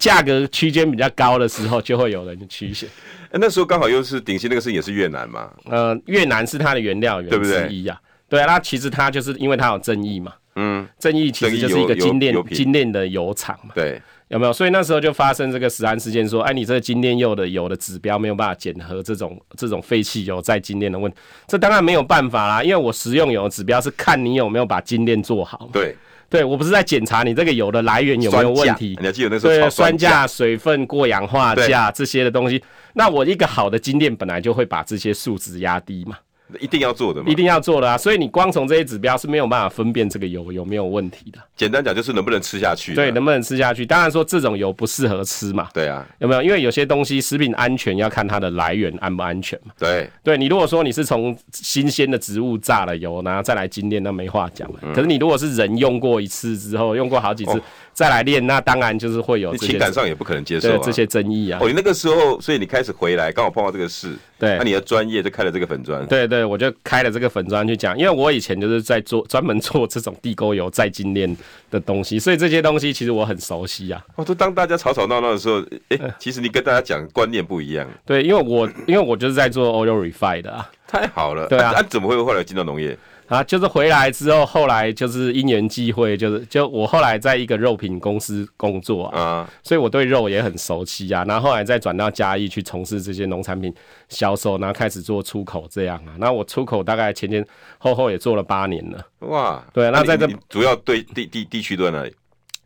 [SPEAKER 2] 价格区间比较高的时候，就会有人趋险。
[SPEAKER 1] 哎那时候刚好又是顶新那个事情也是越南嘛，
[SPEAKER 2] 呃，越南是它的原料源
[SPEAKER 1] 对不对
[SPEAKER 2] 之一啊。对啊，那其实它就是因为它有正义嘛，
[SPEAKER 1] 嗯，
[SPEAKER 2] 正义其实就是一个
[SPEAKER 1] 正义油
[SPEAKER 2] 精
[SPEAKER 1] 油油
[SPEAKER 2] 炼
[SPEAKER 1] 品
[SPEAKER 2] 精炼的油厂嘛。 [LAUGHS]
[SPEAKER 1] 对，
[SPEAKER 2] 有没有？所以那时候就发生这个食安事件，说，哎，你这个精炼铀的油的指标没有办法检核这种这种废弃油再精炼的问题，这当然没有办法啦，因为我食用油的指标是看你有没有把精炼做好嘛。
[SPEAKER 1] 对，
[SPEAKER 2] 对，我不是在检查你这个油的来源有没有问题
[SPEAKER 1] 酸价，你还记得那时候炒酸
[SPEAKER 2] 对，酸价、水分、过氧化镓这些的东西。那我一个好的精炼本来就会把这些数值压低嘛。
[SPEAKER 1] 一定要做的嘛
[SPEAKER 2] 一。定要做的啊。所以你光从这些指标是没有办法分辨这个油有没有问题的，
[SPEAKER 1] 简单讲就是能不能吃下去啊。
[SPEAKER 2] 对，能不能吃下去？当然说这种油不适合吃嘛，
[SPEAKER 1] 对啊，
[SPEAKER 2] 有没有？因为有些东西食品安全要看它的来源安不安全嘛。
[SPEAKER 1] 对，
[SPEAKER 2] 对你如果说你是从新鲜的植物榨了油，然后再来精炼，那没话讲了。可是你如果是人用过一次之后，用过好几
[SPEAKER 1] 嗯
[SPEAKER 2] 次、
[SPEAKER 1] 哦
[SPEAKER 2] 再来炼，那当然就是会有
[SPEAKER 1] 你
[SPEAKER 2] 哦这
[SPEAKER 1] 情
[SPEAKER 2] 些
[SPEAKER 1] 感上也不可能接受
[SPEAKER 2] 对
[SPEAKER 1] 啊。
[SPEAKER 2] 这些争议啊。
[SPEAKER 1] 哦，你那个时候，所以你开始回来，刚好碰到这个事，
[SPEAKER 2] 对
[SPEAKER 1] 那你的专业就开了这个粉砖，
[SPEAKER 2] 对对，我就开了这个粉砖去讲，因为我以前就是在做专门做这种地沟油再精炼的东西，所以这些东西其实我很熟悉啊。
[SPEAKER 1] 哦，就当大家吵吵闹闹的时候，哎、其实你跟大家讲观念不一样，
[SPEAKER 2] 对，因为我因为我就是在做 oil refine 的啊，
[SPEAKER 1] 太好了。
[SPEAKER 2] 对啊
[SPEAKER 1] 那、怎么会后来进到农业？
[SPEAKER 2] 啊，就是回来之后，后来就是因缘际会，就是就我后来在一个肉品公司工作啊，
[SPEAKER 1] 啊，
[SPEAKER 2] 所以我对肉也很熟悉啊。然后后来再转到嘉义去从事这些农产品销售，然后开始做出口这样啊。那我出口大概前前后后也做了八年了。
[SPEAKER 1] 哇，啊
[SPEAKER 2] 对那
[SPEAKER 1] 你
[SPEAKER 2] 在这
[SPEAKER 1] 你主要对地地地区都在啊哪里？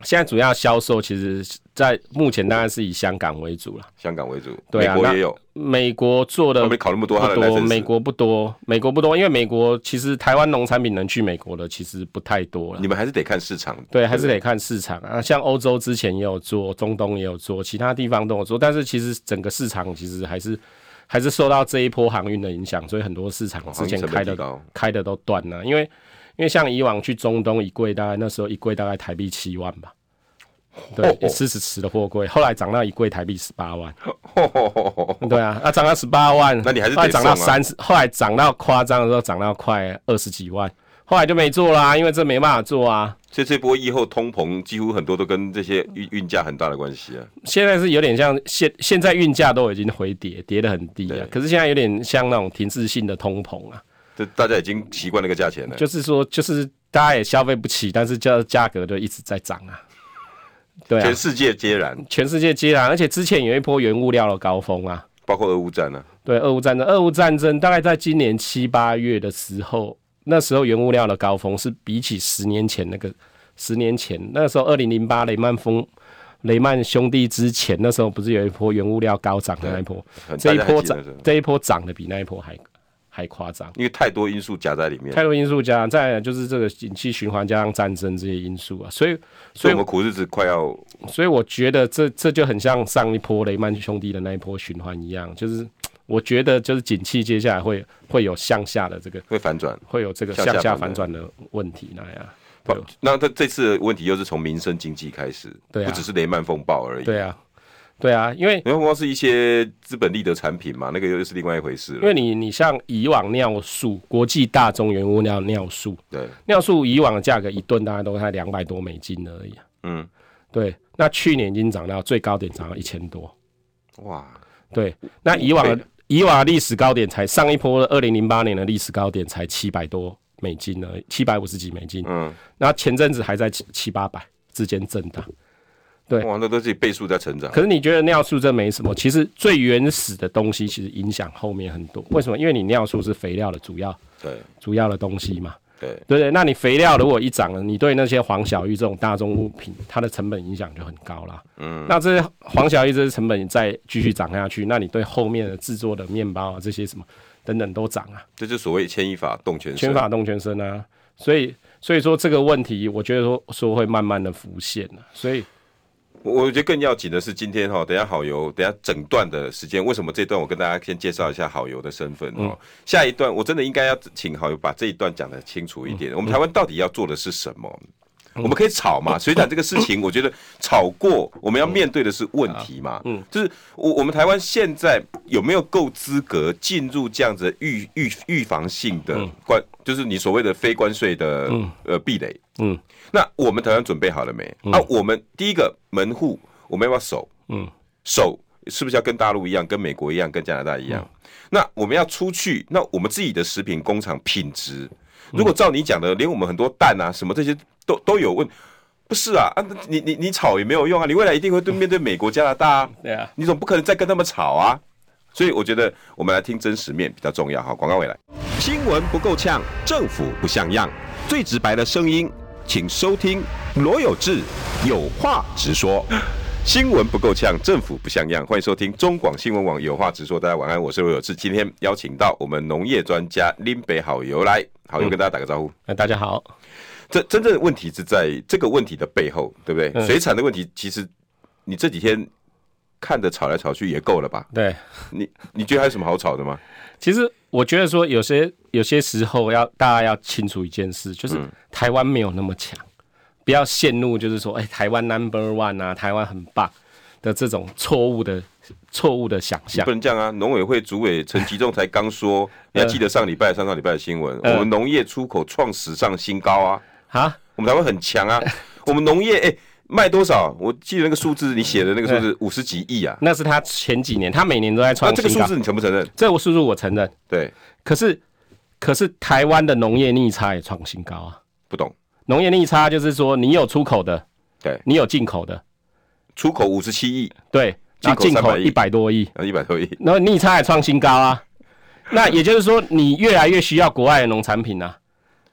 [SPEAKER 2] 现在主要销售其实，在目前当然是以香港为主了。
[SPEAKER 1] 香港为主，
[SPEAKER 2] 对啊
[SPEAKER 1] 美国
[SPEAKER 2] 那
[SPEAKER 1] 也有，
[SPEAKER 2] 美国做的
[SPEAKER 1] 我没考那么多，他的
[SPEAKER 2] 不多，
[SPEAKER 1] license
[SPEAKER 2] 美，国不多，美国不多，因为美国其实台湾农产品能去美国的其实不太多了
[SPEAKER 1] 你。们还是得看市场。
[SPEAKER 2] 嗯对，还是得看市场啊。像欧洲之前也有做，中东也有做，其他地方都有做，但是其实整个市场其实还是还是受到这一波航运的影响，所以很多市场
[SPEAKER 1] 哦
[SPEAKER 2] 之
[SPEAKER 1] 航运
[SPEAKER 2] 前
[SPEAKER 1] 成本
[SPEAKER 2] 开的、
[SPEAKER 1] 提高 [LAUGHS]
[SPEAKER 2] 开的都断了，因为因为像以往去中东一柜，大概那时候一柜大概台币七万吧。
[SPEAKER 1] 哦
[SPEAKER 2] 对，四十尺的货柜，后来涨到一柜台币十八万，对啊，那涨到十八万，
[SPEAKER 1] [LAUGHS] 那你还是得
[SPEAKER 2] 后来涨到
[SPEAKER 1] 送啊
[SPEAKER 2] 三十，后来涨到夸张的时候涨到快二十几万，后来就没做啦、因为这没办法做啊。
[SPEAKER 1] 所以这波疫后通膨，几乎很多都跟这些运运价很大的关系啊。
[SPEAKER 2] 现在是有点像现现在运价都已经回跌，跌得很低
[SPEAKER 1] 对
[SPEAKER 2] 啊。可是现在有点像那种停滞性的通膨啊，
[SPEAKER 1] 这大家已经习惯那个价钱了。
[SPEAKER 2] 就是说，就是大家也消费不起，但是价价格就一直在涨啊。对啊
[SPEAKER 1] 全，世界皆然，
[SPEAKER 2] 全世界皆然，而且之前有一波原物料的高峰啊。
[SPEAKER 1] 包括俄乌战啊，
[SPEAKER 2] 对，俄乌战争，俄乌战争大概在今年七八月的时候，那时候原物料的高峰是比起十年前那个，十年前那时候二零零八雷曼风。雷曼兄弟之前，那时候不是有一波原物料高涨的那一波，
[SPEAKER 1] 很
[SPEAKER 2] 这一
[SPEAKER 1] 大家
[SPEAKER 2] 波
[SPEAKER 1] 还记得
[SPEAKER 2] 涨
[SPEAKER 1] 是吧，
[SPEAKER 2] 这一波涨的比那一波还还夸张。
[SPEAKER 1] 因为太多因素夹在里面，
[SPEAKER 2] 太多因素加上，再来就是这个景气循环加上战争这些因素啊，所以
[SPEAKER 1] 所
[SPEAKER 2] 所
[SPEAKER 1] 以
[SPEAKER 2] 以
[SPEAKER 1] 我们苦日子快要
[SPEAKER 2] 所以我觉得这这就很像上一波雷曼兄弟的那一波循环一样，就是我觉得就是景气接下来会会有向下的这个
[SPEAKER 1] 会反转。
[SPEAKER 2] 会有这个
[SPEAKER 1] 向下
[SPEAKER 2] 向下
[SPEAKER 1] 反
[SPEAKER 2] 反转的问题那样。
[SPEAKER 1] 不
[SPEAKER 2] 对
[SPEAKER 1] 那他这次的问题又是从民生经济开始，
[SPEAKER 2] 对啊
[SPEAKER 1] 不只是雷曼风暴而已。
[SPEAKER 2] 对啊，对啊，因为
[SPEAKER 1] 雷曼风暴是一些资本利得产品嘛，那个又是另外一回事
[SPEAKER 2] 因
[SPEAKER 1] 了。
[SPEAKER 2] 为你你像以往尿素，国际大宗原物料尿素，
[SPEAKER 1] 对，
[SPEAKER 2] 尿素以往的价格一吨大概都才两百多美金而已啊、
[SPEAKER 1] 嗯，
[SPEAKER 2] 对，那去年已经涨到最高点涨到一千多。
[SPEAKER 1] 哇，
[SPEAKER 2] 对，那以往
[SPEAKER 1] 五倍
[SPEAKER 2] 的以往的历史高点才上一波二零零八年的历史高点才七百多美金而已，七百五十几美金。
[SPEAKER 1] 嗯，
[SPEAKER 2] 那前阵子还在七七八百之间震荡。对
[SPEAKER 1] 哇，那都是自己倍数在成长。
[SPEAKER 2] 可是你觉得尿素这没什么？其实最原始的东西其实影响后面很多。为什么？因为你尿素是肥料的主要
[SPEAKER 1] 对
[SPEAKER 2] 主要的东西嘛，
[SPEAKER 1] 对，
[SPEAKER 2] 对不对？那你肥料如果一涨了，你对那些黄小玉这种大宗物品，它的成本影响就很高啦。
[SPEAKER 1] 嗯，
[SPEAKER 2] 那这些黄小玉这些成本再继续涨下去，那你对后面的制作的面包啊这些什么等等都涨啊，
[SPEAKER 1] 这就是所谓牵一发动全身。
[SPEAKER 2] 全法动全身啊，所以所以说这个问题，我觉得说说会慢慢的浮现啊，所以
[SPEAKER 1] 我我觉得更要紧的是今天哈、等一下好油，等一下整段的时间，为什么这段我跟大家先介绍一下好油的身份哦。下一段我真的应该要请好油把这一段讲得清楚一点。我们台湾到底要做的是什么？我们可以吵嘛，水产这个事情，我觉得吵过，我们要面对的是问题嘛。嗯，就是我我们台湾现在有没有够资格进入这样子的预预预防性的关，就是你所谓的非关税的呃壁垒？
[SPEAKER 2] 嗯，
[SPEAKER 1] 那我们台湾准备好了没？啊，我们第一个门户我们要不要守？
[SPEAKER 2] 嗯，
[SPEAKER 1] 守是不是要跟大陆一样，跟美国一样，跟加拿大一样？那我们要出去，那我们自己的食品工厂品质，如果照你讲的，连我们很多蛋啊什么这些都都有问，不是啊？啊，那你你你吵也没有用啊，你未来一定会对面对美国、加拿大、啊，
[SPEAKER 2] 对啊。
[SPEAKER 1] 你总不可能再跟他们吵啊。所以我觉得我们来听真实面比较重要。好，广告回来。
[SPEAKER 3] 新闻不够呛，政府不像样，最直白的声音，请收听罗有志有话直说。
[SPEAKER 1] 新闻不够呛，政府不像样。欢迎收听中广新闻网有话直说，大家晚安，我是罗有志。今天邀请到我们农业专家林北好友来，好友跟大家打个招呼。
[SPEAKER 2] 哎，大家好，
[SPEAKER 1] 这真正的问题是在这个问题的背后，对不对？
[SPEAKER 2] 嗯
[SPEAKER 1] 水产的问题，其实你这几天看的吵来吵去也够了吧？
[SPEAKER 2] 对，
[SPEAKER 1] 你你觉得还有什么好吵的吗？
[SPEAKER 2] 其实我觉得说有些有些时候要大家要清楚一件事，就是
[SPEAKER 1] 嗯
[SPEAKER 2] 台湾没有那么强，不要陷入就是说，哎、台湾 number one 啊，台湾很棒的这种错误的错误的想象
[SPEAKER 1] 不。能这样啊！农委会主委陈吉仲才刚
[SPEAKER 2] [LAUGHS]
[SPEAKER 1] 说，
[SPEAKER 2] 嗯
[SPEAKER 1] 你还记得上礼拜、上上礼拜的新闻，
[SPEAKER 2] 呃
[SPEAKER 1] 我们农业出口创史上新高啊！
[SPEAKER 2] 啊，
[SPEAKER 1] 我们台湾很强
[SPEAKER 2] [LAUGHS]
[SPEAKER 1] 啊！我们农业哎、卖多少？我记得那个数字，你写的那个数字五十几亿啊！
[SPEAKER 2] 那是他前几年，他每年都在
[SPEAKER 1] 那
[SPEAKER 2] 嗯创
[SPEAKER 1] 这个
[SPEAKER 2] 新
[SPEAKER 1] 数
[SPEAKER 2] 高。
[SPEAKER 1] 字你承不承认？
[SPEAKER 2] 这我叔叔我承认，
[SPEAKER 1] 对，
[SPEAKER 2] 可是可是台湾的农业逆差也创新高啊。
[SPEAKER 1] 不懂。
[SPEAKER 2] 农业逆差就是说，你有出口的，
[SPEAKER 1] 对，
[SPEAKER 2] 你有进口的，
[SPEAKER 1] 出口五十七亿，
[SPEAKER 2] 对，
[SPEAKER 1] 进
[SPEAKER 2] 那
[SPEAKER 1] 口
[SPEAKER 2] 进口
[SPEAKER 1] 300亿
[SPEAKER 2] 一百多亿，
[SPEAKER 1] 然后一百多亿。
[SPEAKER 2] 然后逆差也创新高啊。那也就是说，你越来越需要国外的农产品啊。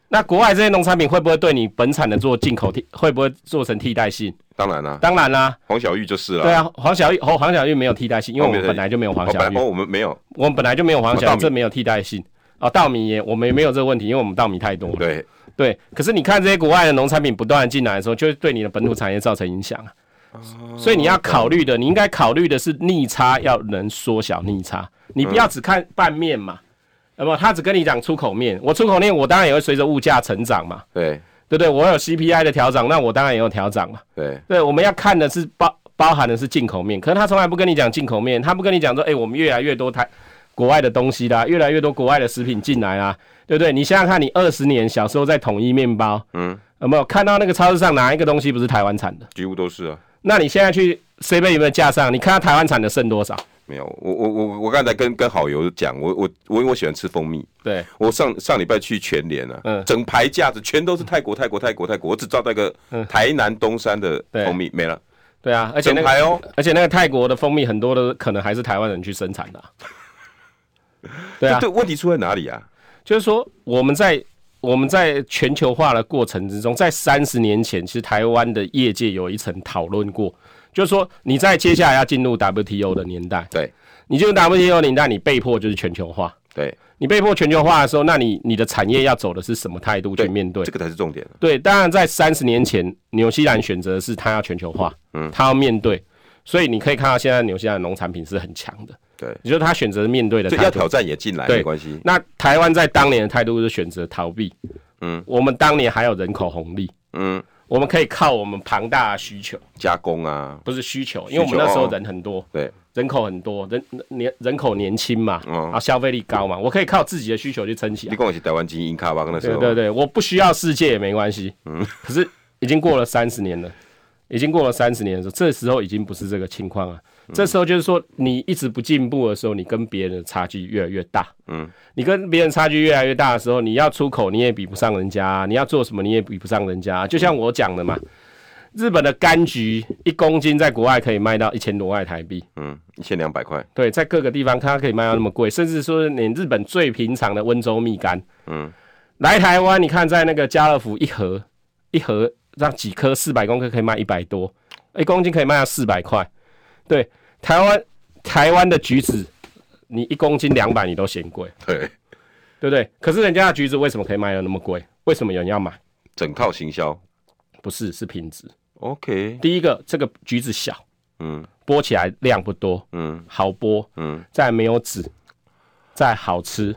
[SPEAKER 2] 那国外这些农产品会不会对你本产的做进口替，会不会做成替代性？
[SPEAKER 1] 当然啦、
[SPEAKER 2] 当然啦、
[SPEAKER 1] 黄小玉就是了。
[SPEAKER 2] 对啊，黄小玉哦，黄小玉没有替代性，因为我们
[SPEAKER 1] 哦没有
[SPEAKER 2] 本来就没有黄
[SPEAKER 1] 哦
[SPEAKER 2] 小
[SPEAKER 1] 本
[SPEAKER 2] 玉
[SPEAKER 1] 来，哦，我们没有。
[SPEAKER 2] 我们本来就没有黄
[SPEAKER 1] 哦
[SPEAKER 2] 小
[SPEAKER 1] 稻
[SPEAKER 2] 玉，
[SPEAKER 1] 米
[SPEAKER 2] 这没有替代性啊、哦。稻米也我们也没有这个问题，因为我们稻米太多了。
[SPEAKER 1] 对，
[SPEAKER 2] 对，可是你看这些国外的农产品不断地进来的时候，就会对你的本土产业造成影响啊。所以你要考虑的，你应该考虑的是逆差要能缩小逆差，你不要只看半面嘛。那么他只跟你讲出口面，我出口面我当然也会随着物价成长嘛，
[SPEAKER 1] 对，
[SPEAKER 2] 对不对？我有 CPI 的调整，那我当然也有调整嘛。
[SPEAKER 1] 对，
[SPEAKER 2] 对，我们要看的是包包含的是进口面，可是他从来不跟你讲进口面，他不跟你讲说，哎、我们越来越多台国外的东西啦，越来越多国外的食品进来啦，对不对？你想想看，你二十年小时候在统一面包，
[SPEAKER 1] 嗯，
[SPEAKER 2] 有没有看到那个超市上哪一个东西不是台湾产的？
[SPEAKER 1] 几乎都是啊。
[SPEAKER 2] 那你现在去 C 杯有没有架上？你看到台湾产的剩多少？
[SPEAKER 1] 没有，我我我我刚才跟跟好友讲，我我我因为我喜欢吃蜂蜜，
[SPEAKER 2] 对，
[SPEAKER 1] 我上上礼拜去全联啊，
[SPEAKER 2] 嗯
[SPEAKER 1] 整排架子全都是泰国泰国泰国泰国，我只找到一个台南东山的
[SPEAKER 2] 嗯对
[SPEAKER 1] 蜂蜜没了，
[SPEAKER 2] 对啊，而且
[SPEAKER 1] 整
[SPEAKER 2] 那个，
[SPEAKER 1] 排哦，
[SPEAKER 2] 而且那个泰国的蜂蜜很多都可能还是台湾人去生产的啊、对啊
[SPEAKER 1] 这，问题出在哪里啊？
[SPEAKER 2] 就是说我们在我们在全球化的过程之中，在三十年前，其实台湾的业界有一层讨论过，就是说你在接下来要进入 WTO 的年代，
[SPEAKER 1] 对
[SPEAKER 2] 你进入 WTO 年代，你被迫就是全球化。
[SPEAKER 1] 对
[SPEAKER 2] 你被迫全球化的时候，那你你的产业要走的是什么态度去面对
[SPEAKER 1] 这？个才是重点啊。
[SPEAKER 2] 对，当然在三十年前，纽西兰选择的是它要全球化，嗯，它要面对，所以你可以看到现在纽西兰的农产品是很强的，
[SPEAKER 1] 对，
[SPEAKER 2] 也就是它选择面对的
[SPEAKER 1] 所以
[SPEAKER 2] 态
[SPEAKER 1] 要
[SPEAKER 2] 度。
[SPEAKER 1] 挑战也进来
[SPEAKER 2] 对
[SPEAKER 1] 没关系，
[SPEAKER 2] 那台湾在当年的态度是选择逃避，
[SPEAKER 1] 嗯，
[SPEAKER 2] 我们当年还有人口红利，
[SPEAKER 1] 嗯，
[SPEAKER 2] 我们可以靠我们庞大的需求，
[SPEAKER 1] 加工啊，
[SPEAKER 2] 不是需求，因为我们那时候人很多，
[SPEAKER 1] 对，
[SPEAKER 2] 人口很多，人年人口年轻嘛，
[SPEAKER 1] 嗯
[SPEAKER 2] 啊，消费力高嘛，我可以靠自己的需求去撑起
[SPEAKER 1] 你
[SPEAKER 2] 来。
[SPEAKER 1] 跟我是台湾精英卡吧，那时
[SPEAKER 2] 对
[SPEAKER 1] 候，
[SPEAKER 2] 对对，我不需要世界也没关系，嗯，可是已经过了三十年了，已经过了三十年的时候，这时候已经不是这个情况啊。这时候就是说，你一直不进步的时候，你跟别人的差距越来越大。
[SPEAKER 1] 嗯，
[SPEAKER 2] 你跟别人差距越来越大的时候，你要出口你也比不上人家啊、你要做什么你也比不上人家啊、就像我讲的嘛，日本的柑橘一公斤在国外可以卖到一千多块台币，
[SPEAKER 1] 嗯，一千两百块，
[SPEAKER 2] 对，在各个地方它可以卖到那么贵，甚至说连日本最平常的温州蜜柑，
[SPEAKER 1] 嗯，
[SPEAKER 2] 来台湾你看在那个家乐福一盒一盒让几颗四百公克可以卖一百多，一公斤可以卖到四百块，对，台湾台湾的橘子你一公斤两百你都嫌贵。
[SPEAKER 1] 对，
[SPEAKER 2] 对不对？可是人家的橘子为什么可以卖的那么贵？为什么有人要买？
[SPEAKER 1] 整套行销
[SPEAKER 2] 不是，是品质。
[SPEAKER 1] ，OK，
[SPEAKER 2] 第一个，这个橘子小，
[SPEAKER 1] 嗯
[SPEAKER 2] 剥起来量不多，
[SPEAKER 1] 嗯
[SPEAKER 2] 好剥，
[SPEAKER 1] 嗯
[SPEAKER 2] 再没有籽，再好吃。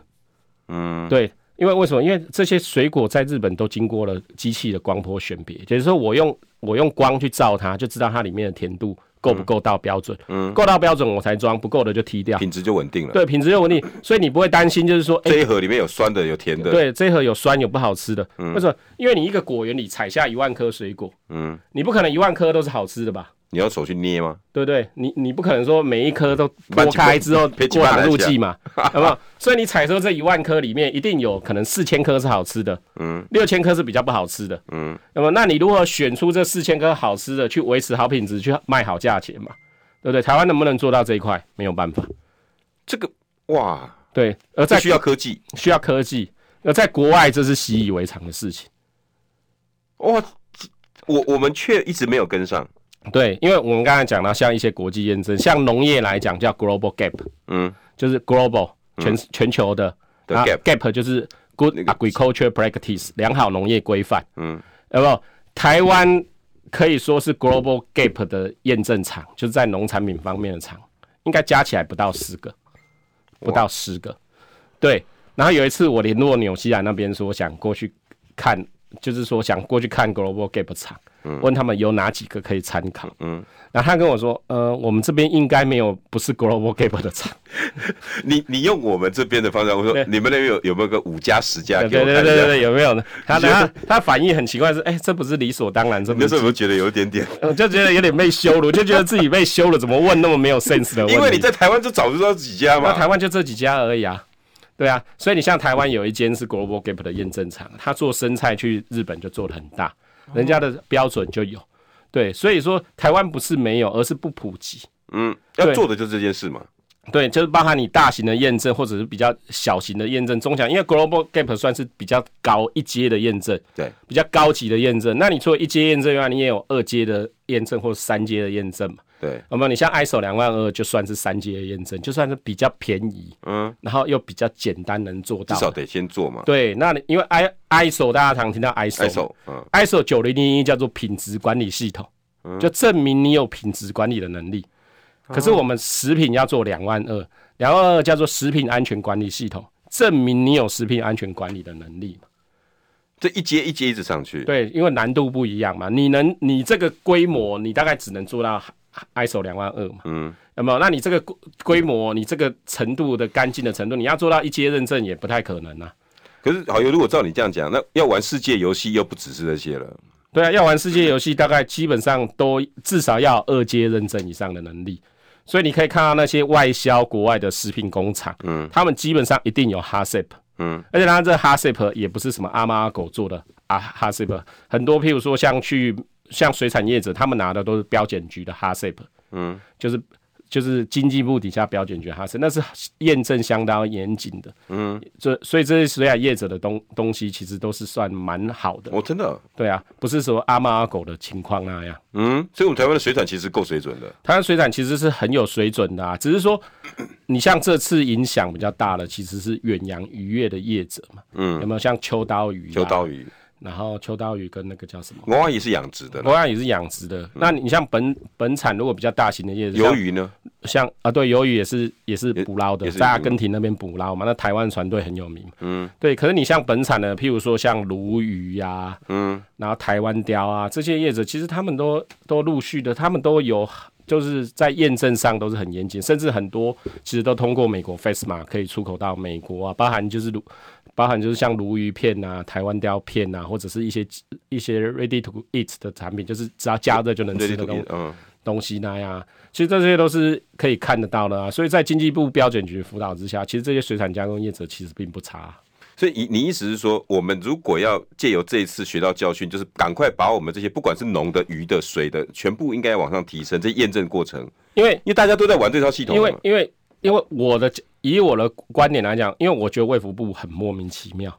[SPEAKER 1] 嗯，
[SPEAKER 2] 对，因为为什么？因为这些水果在日本都经过了机器的光波选别，也就是说，我用我用光去照它，就知道它里面的甜度够不够到标准。
[SPEAKER 1] 嗯
[SPEAKER 2] 够到标准我才装，不够的就踢掉。
[SPEAKER 1] 品质就稳定了。
[SPEAKER 2] 啊对，品质有问题，所以你不会担心，就是说，哎
[SPEAKER 1] 这，一盒里面有酸的，有甜的，，
[SPEAKER 2] 对，这一盒有酸有不好吃的，为什么？因为你一个果园里采下一万颗水果，
[SPEAKER 1] 嗯，
[SPEAKER 2] 你不可能一万颗都是好吃的吧？
[SPEAKER 1] 你要手去捏吗？
[SPEAKER 2] 对不对？你你不可能说每一颗都
[SPEAKER 1] 慢
[SPEAKER 2] 剥
[SPEAKER 1] 几
[SPEAKER 2] 开
[SPEAKER 1] 颗
[SPEAKER 2] 之后
[SPEAKER 1] 别几
[SPEAKER 2] 过
[SPEAKER 1] 百
[SPEAKER 2] 糖
[SPEAKER 1] 来
[SPEAKER 2] 入
[SPEAKER 1] 下 [LAUGHS]
[SPEAKER 2] 剂嘛，好不好？所以你采收这一万颗里面，一定有可能四千颗是好吃的，
[SPEAKER 1] 嗯，
[SPEAKER 2] 六千颗是比较不好吃的，
[SPEAKER 1] 嗯，
[SPEAKER 2] 那么那你如何选出这四千颗好吃的去维持好品质，去卖好价钱嘛？对不对？台湾能不能做到这一块？没有办法。
[SPEAKER 1] 这个哇，
[SPEAKER 2] 对，而
[SPEAKER 1] 这
[SPEAKER 2] 在
[SPEAKER 1] 需要科技
[SPEAKER 2] 需要科技，而在国外这是习以为常的事情。
[SPEAKER 1] 哇，这我我们却一直没有跟上，
[SPEAKER 2] 对，因为我们刚才讲到，像一些国际验证，像农业来讲叫 global gap，
[SPEAKER 1] 嗯，
[SPEAKER 2] 就是 global 全、全球的，
[SPEAKER 1] 的 gap
[SPEAKER 2] gap 就是 good
[SPEAKER 1] 那个
[SPEAKER 2] agriculture practice 良好农业规范，
[SPEAKER 1] 嗯，
[SPEAKER 2] 有没有？台湾可以说是 global gap 的验证厂，就是在农产品方面的厂，应该加起来不到十个，不到十个，对。然后有一次我联络纽西兰那边说想过去看，就是说想过去看 global gap 厂，
[SPEAKER 1] 嗯
[SPEAKER 2] 问他们有哪几个可以参考，嗯，然后他跟我说，呃，我们这边应该没有不是 global gap 的厂。
[SPEAKER 1] 你你用我们这边的方向，我说
[SPEAKER 2] 对
[SPEAKER 1] 你们那边有有没有个五加十加给
[SPEAKER 2] 对
[SPEAKER 1] 我
[SPEAKER 2] 对
[SPEAKER 1] 看一
[SPEAKER 2] 对对
[SPEAKER 1] 下？
[SPEAKER 2] 对，有没有呢？他他他反应很奇怪是，哎，这不是理所当然，这
[SPEAKER 1] 你
[SPEAKER 2] 不
[SPEAKER 1] 那时候有
[SPEAKER 2] 是，
[SPEAKER 1] 没有觉得有一点点？
[SPEAKER 2] 我就觉得有点被羞辱，就觉得自己被羞了，怎么问那么没有 sense 的问题？
[SPEAKER 1] 因为你在台湾就早就知道几家
[SPEAKER 2] 那
[SPEAKER 1] 嘛。
[SPEAKER 2] 台湾就这几家而已啊，对啊，所以你像台湾有一间是 Global Gap 的验证厂，他做生菜去日本就做的很大，人家的标准就有，对，所以说台湾不是没有，而是不普及。
[SPEAKER 1] 嗯，要
[SPEAKER 2] 对
[SPEAKER 1] 做的就是这件事嘛。
[SPEAKER 2] 对，就是包含你大型的验证，或者是比较小型的验证、中小，因为 Global Gap 算是比较高一阶的验证，
[SPEAKER 1] 对，
[SPEAKER 2] 比较高级的验证。那你除了一阶验证以外，你也有二阶的验证或三阶的验证嘛？
[SPEAKER 1] 对，
[SPEAKER 2] 那么你像 ISO 两万二就算是三阶的验证，就算是比较便宜，
[SPEAKER 1] 嗯，
[SPEAKER 2] 然后又比较简单能做
[SPEAKER 1] 至
[SPEAKER 2] 到。
[SPEAKER 1] 少得先做嘛。
[SPEAKER 2] 对，那你因为 I ISO 大家常听到 ISO 嘛
[SPEAKER 1] ISO，嗯
[SPEAKER 2] ISO 九零零一叫做品质管理系统，就证明你有品质管理的能力。
[SPEAKER 1] 嗯
[SPEAKER 2] 可是我们食品要做两万二，两万二叫做食品安全管理系统，证明你有食品安全管理的能力嘛。
[SPEAKER 1] 这一阶一阶一直上去。
[SPEAKER 2] 对，因为难度不一样嘛，你能你这个规模，你大概只能做到 ISO 两万二嘛。
[SPEAKER 1] 嗯，
[SPEAKER 2] 那么，那你这个规规模，你这个程度的干净的程度，你要做到一阶认证也不太可能啊。
[SPEAKER 1] 可是好友，如果照你这样讲，那要玩世界游戏又不只是这些了。
[SPEAKER 2] 对啊，要玩世界游戏，大概基本上都至少要有二阶认证以上的能力。所以你可以看到那些外销国外的食品工厂，嗯，他们基本上一定有 HACCP，
[SPEAKER 1] 嗯，
[SPEAKER 2] 而且他这 HACCP 也不是什么阿猫阿狗做的啊 HACCP，很多譬如说像去像水产业者，他们拿的都是标检局的 HACCP，
[SPEAKER 1] 嗯，
[SPEAKER 2] 就是就是经济部底下标检局的 HACCP，那是验证相当严谨的，嗯，这所以这些水产业者的东东西其实都是算蛮好的。
[SPEAKER 1] 我真的，
[SPEAKER 2] 对啊，不是说阿猫阿狗的情况那样。
[SPEAKER 1] 嗯，所以我们台湾的水产其实够水准的。
[SPEAKER 2] 台湾水产其实是很有水准的啊，只是说你像这次影响比较大的其实是远洋渔业的业者嘛，
[SPEAKER 1] 嗯，
[SPEAKER 2] 有没有像秋刀鱼、啊
[SPEAKER 1] 秋刀，鱼，
[SPEAKER 2] 然后秋刀鱼跟那个叫什么，
[SPEAKER 1] 我阿姨是养殖的啦。
[SPEAKER 2] 同样也是养殖的。那你像本本产如果比较大型的业者，
[SPEAKER 1] 鱿鱼呢？
[SPEAKER 2] 像像啊对，鱿鱼也是也是
[SPEAKER 1] 也
[SPEAKER 2] 捕捞的
[SPEAKER 1] 也，是
[SPEAKER 2] 在阿
[SPEAKER 1] 捕捞
[SPEAKER 2] 根廷那边捕捞嘛，那台湾船队很有名嘛。
[SPEAKER 1] 嗯
[SPEAKER 2] 对，可是你像本产的，譬如说像鲈鱼呀、
[SPEAKER 1] 嗯，
[SPEAKER 2] 然后台湾雕啊这些业者，其实他们都都陆续的，他们都有就是在验证上都是很严谨，甚至很多其实都通过美国 FASMA 可以出口到美国啊，包含就是鲈，包含就是像鲈鱼片啊、台湾雕片啊，或者是一些一些 ready to eat 的产品，就是只要加热就能
[SPEAKER 1] 对
[SPEAKER 2] 吃
[SPEAKER 1] 对
[SPEAKER 2] 的
[SPEAKER 1] 对
[SPEAKER 2] 东，
[SPEAKER 1] 嗯，
[SPEAKER 2] 东西那样啊，其实这些都是可以看得到的啊。所以在经济部标准局辅导之下，其实这些水产加工业者其实并不差啊、
[SPEAKER 1] 所以你你意思是说，我们如果要借由这一次学到教训，就是赶快把我们这些不管是农的、鱼的、水的，全部应该往上提升，这验证过程，
[SPEAKER 2] 因为
[SPEAKER 1] 因为大家都在玩这套系统
[SPEAKER 2] 因
[SPEAKER 1] 嘛。
[SPEAKER 2] 为因为因为我的以我的观点来讲，因为我觉得卫福部很莫名其妙，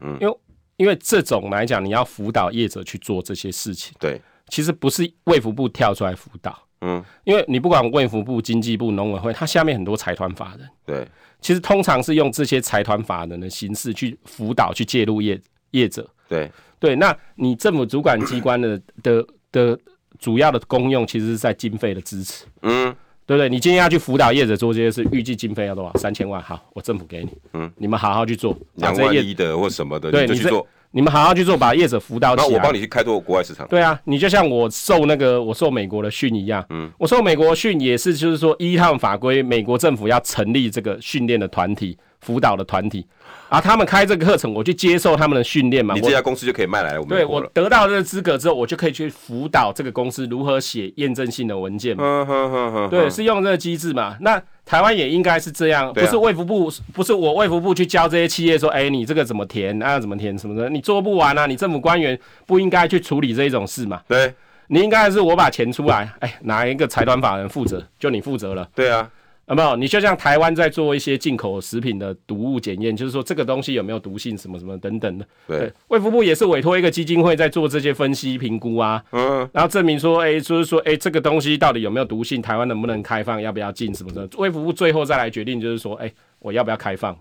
[SPEAKER 2] 嗯，因为因为这种来讲，你要辅导业者去做这些事情，
[SPEAKER 1] 对，
[SPEAKER 2] 其实不是卫福部跳出来辅导，
[SPEAKER 1] 嗯，
[SPEAKER 2] 因为你不管卫福部、经济部、农委会，它下面很多财团法人，
[SPEAKER 1] 对，
[SPEAKER 2] 其实通常是用这些财团法人的形式去辅导、去介入业业者，
[SPEAKER 1] 对，
[SPEAKER 2] 对，那你政府主管机关的的的主要的功用，其实是在经费的支持。
[SPEAKER 1] 嗯，
[SPEAKER 2] 对不对？你今天要去辅导业者做这些事，预计经费要多少？三千万，好，我政府给你，嗯，你们好好去做，把
[SPEAKER 1] 两
[SPEAKER 2] 这
[SPEAKER 1] 万
[SPEAKER 2] 业，
[SPEAKER 1] 一的或什么的，你啊
[SPEAKER 2] 对
[SPEAKER 1] 就
[SPEAKER 2] 你
[SPEAKER 1] 去
[SPEAKER 2] 这
[SPEAKER 1] 做，
[SPEAKER 2] 你们好好去做，把业者辅导
[SPEAKER 1] 然后
[SPEAKER 2] 起
[SPEAKER 1] 我帮
[SPEAKER 2] 来。
[SPEAKER 1] 你去开拓国外市场。
[SPEAKER 2] 对啊，你就像我受那个我受美国的训一样，嗯，我受美国的训也是，就是说依他们法规，美国政府要成立这个训练的团体、辅导的团体，啊，他们开这个课程，我去接受他们的训练嘛，
[SPEAKER 1] 你
[SPEAKER 2] 我
[SPEAKER 1] 这家公司就可以卖来我们
[SPEAKER 2] 对
[SPEAKER 1] 美国
[SPEAKER 2] 我
[SPEAKER 1] 了。
[SPEAKER 2] 得到这个资格之后，我就可以去辅导这个公司如何写验证性的文件嘛。
[SPEAKER 1] 嗯哼哼哼，
[SPEAKER 2] 对，是用这个机制嘛？那台湾也应该是这样，不
[SPEAKER 1] 对啊
[SPEAKER 2] 是卫福部，不是我卫福部去教这些企业说，哎、你这个怎么填啊，怎么填什么的，你做不完啊，你政府官员不应该去处理这种事嘛？
[SPEAKER 1] 对
[SPEAKER 2] 你应该是我把钱出来，哎、哪一个财团法人负责，就你负责了。
[SPEAKER 1] 对啊，
[SPEAKER 2] 啊、有没有？你就像台湾在做一些进口食品的毒物检验，就是说这个东西有没有毒性，什么什么等等的。
[SPEAKER 1] 对，，
[SPEAKER 2] 卫福部也是委托一个基金会在做这些分析评估啊，
[SPEAKER 1] 嗯，
[SPEAKER 2] 然后证明说，哎、就是说，哎、这个东西到底有没有毒性，台湾能不能开放，要不要进什么的。卫福部最后再来决定，就是说，哎、我要不要开放？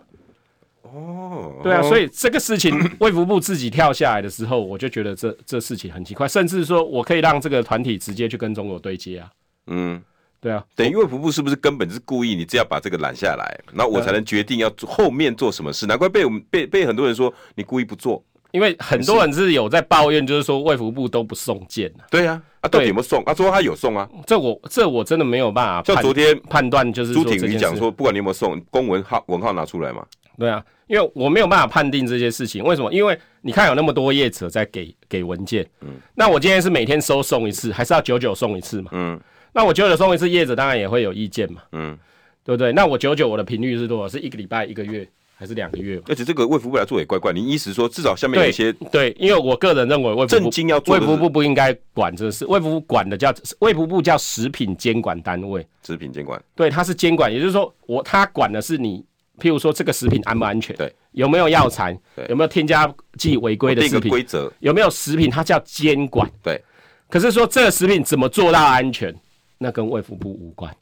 [SPEAKER 1] 哦，
[SPEAKER 2] 对啊，所以这个事情卫福部自己跳下来的时候，我就觉得这这事情很奇怪，甚至说我可以让这个团体直接去跟中国对接啊。
[SPEAKER 1] 嗯，
[SPEAKER 2] 对啊，
[SPEAKER 1] 等于卫福部是不是根本是故意？你这样把这个揽下来，那
[SPEAKER 2] 啊
[SPEAKER 1] 我才能决定要做后面做什么事。难怪被我们被被很多人说你故意不做。
[SPEAKER 2] 因为很多人是有在抱怨，就是说卫福部都不送件啊
[SPEAKER 1] 对呀、啊，啊，到底有没有送？啊，说他有送啊。
[SPEAKER 2] 这我这我真的没有办法判。
[SPEAKER 1] 像昨天
[SPEAKER 2] 判断就是
[SPEAKER 1] 朱
[SPEAKER 2] 说
[SPEAKER 1] 挺
[SPEAKER 2] 这
[SPEAKER 1] 瑜
[SPEAKER 2] 件
[SPEAKER 1] 讲
[SPEAKER 2] 事，
[SPEAKER 1] 说，不管你有没有送，公文号文号拿出来嘛。
[SPEAKER 2] 对啊，因为我没有办法判定这些事情，为什么？因为你看有那么多业者在给给文件，嗯，那我今天是每天收送一次，还是要九九送一次嘛？
[SPEAKER 1] 嗯
[SPEAKER 2] 那我九九送一次，业者当然也会有意见嘛，
[SPEAKER 1] 嗯，
[SPEAKER 2] 对不对？那我九九我的频率是多少？是一个礼拜、一个月还是两个月嘛？
[SPEAKER 1] 而且这个卫福部来做也怪怪。你意思说，至少下面有
[SPEAKER 2] 对
[SPEAKER 1] 一些
[SPEAKER 2] 对，因为我个人认为卫福
[SPEAKER 1] 正
[SPEAKER 2] 部
[SPEAKER 1] 经要做
[SPEAKER 2] 卫
[SPEAKER 1] 的
[SPEAKER 2] 福
[SPEAKER 1] 是
[SPEAKER 2] 部不应该管这个事，卫福部管的叫卫福部叫食品监管单位，
[SPEAKER 1] 食品监管，
[SPEAKER 2] 对，它是监管，也就是说我它管的是你，譬如说这个食品安不安全，
[SPEAKER 1] 对，
[SPEAKER 2] 有没有药残
[SPEAKER 1] 对，哦
[SPEAKER 2] 有没有添加剂违规的
[SPEAKER 1] 定
[SPEAKER 2] 食
[SPEAKER 1] 个
[SPEAKER 2] 品，
[SPEAKER 1] 规则。
[SPEAKER 2] 有没有食品，它叫监管。
[SPEAKER 1] 对，
[SPEAKER 2] 可是说这个食品怎么做到安全，那跟卫福部无关。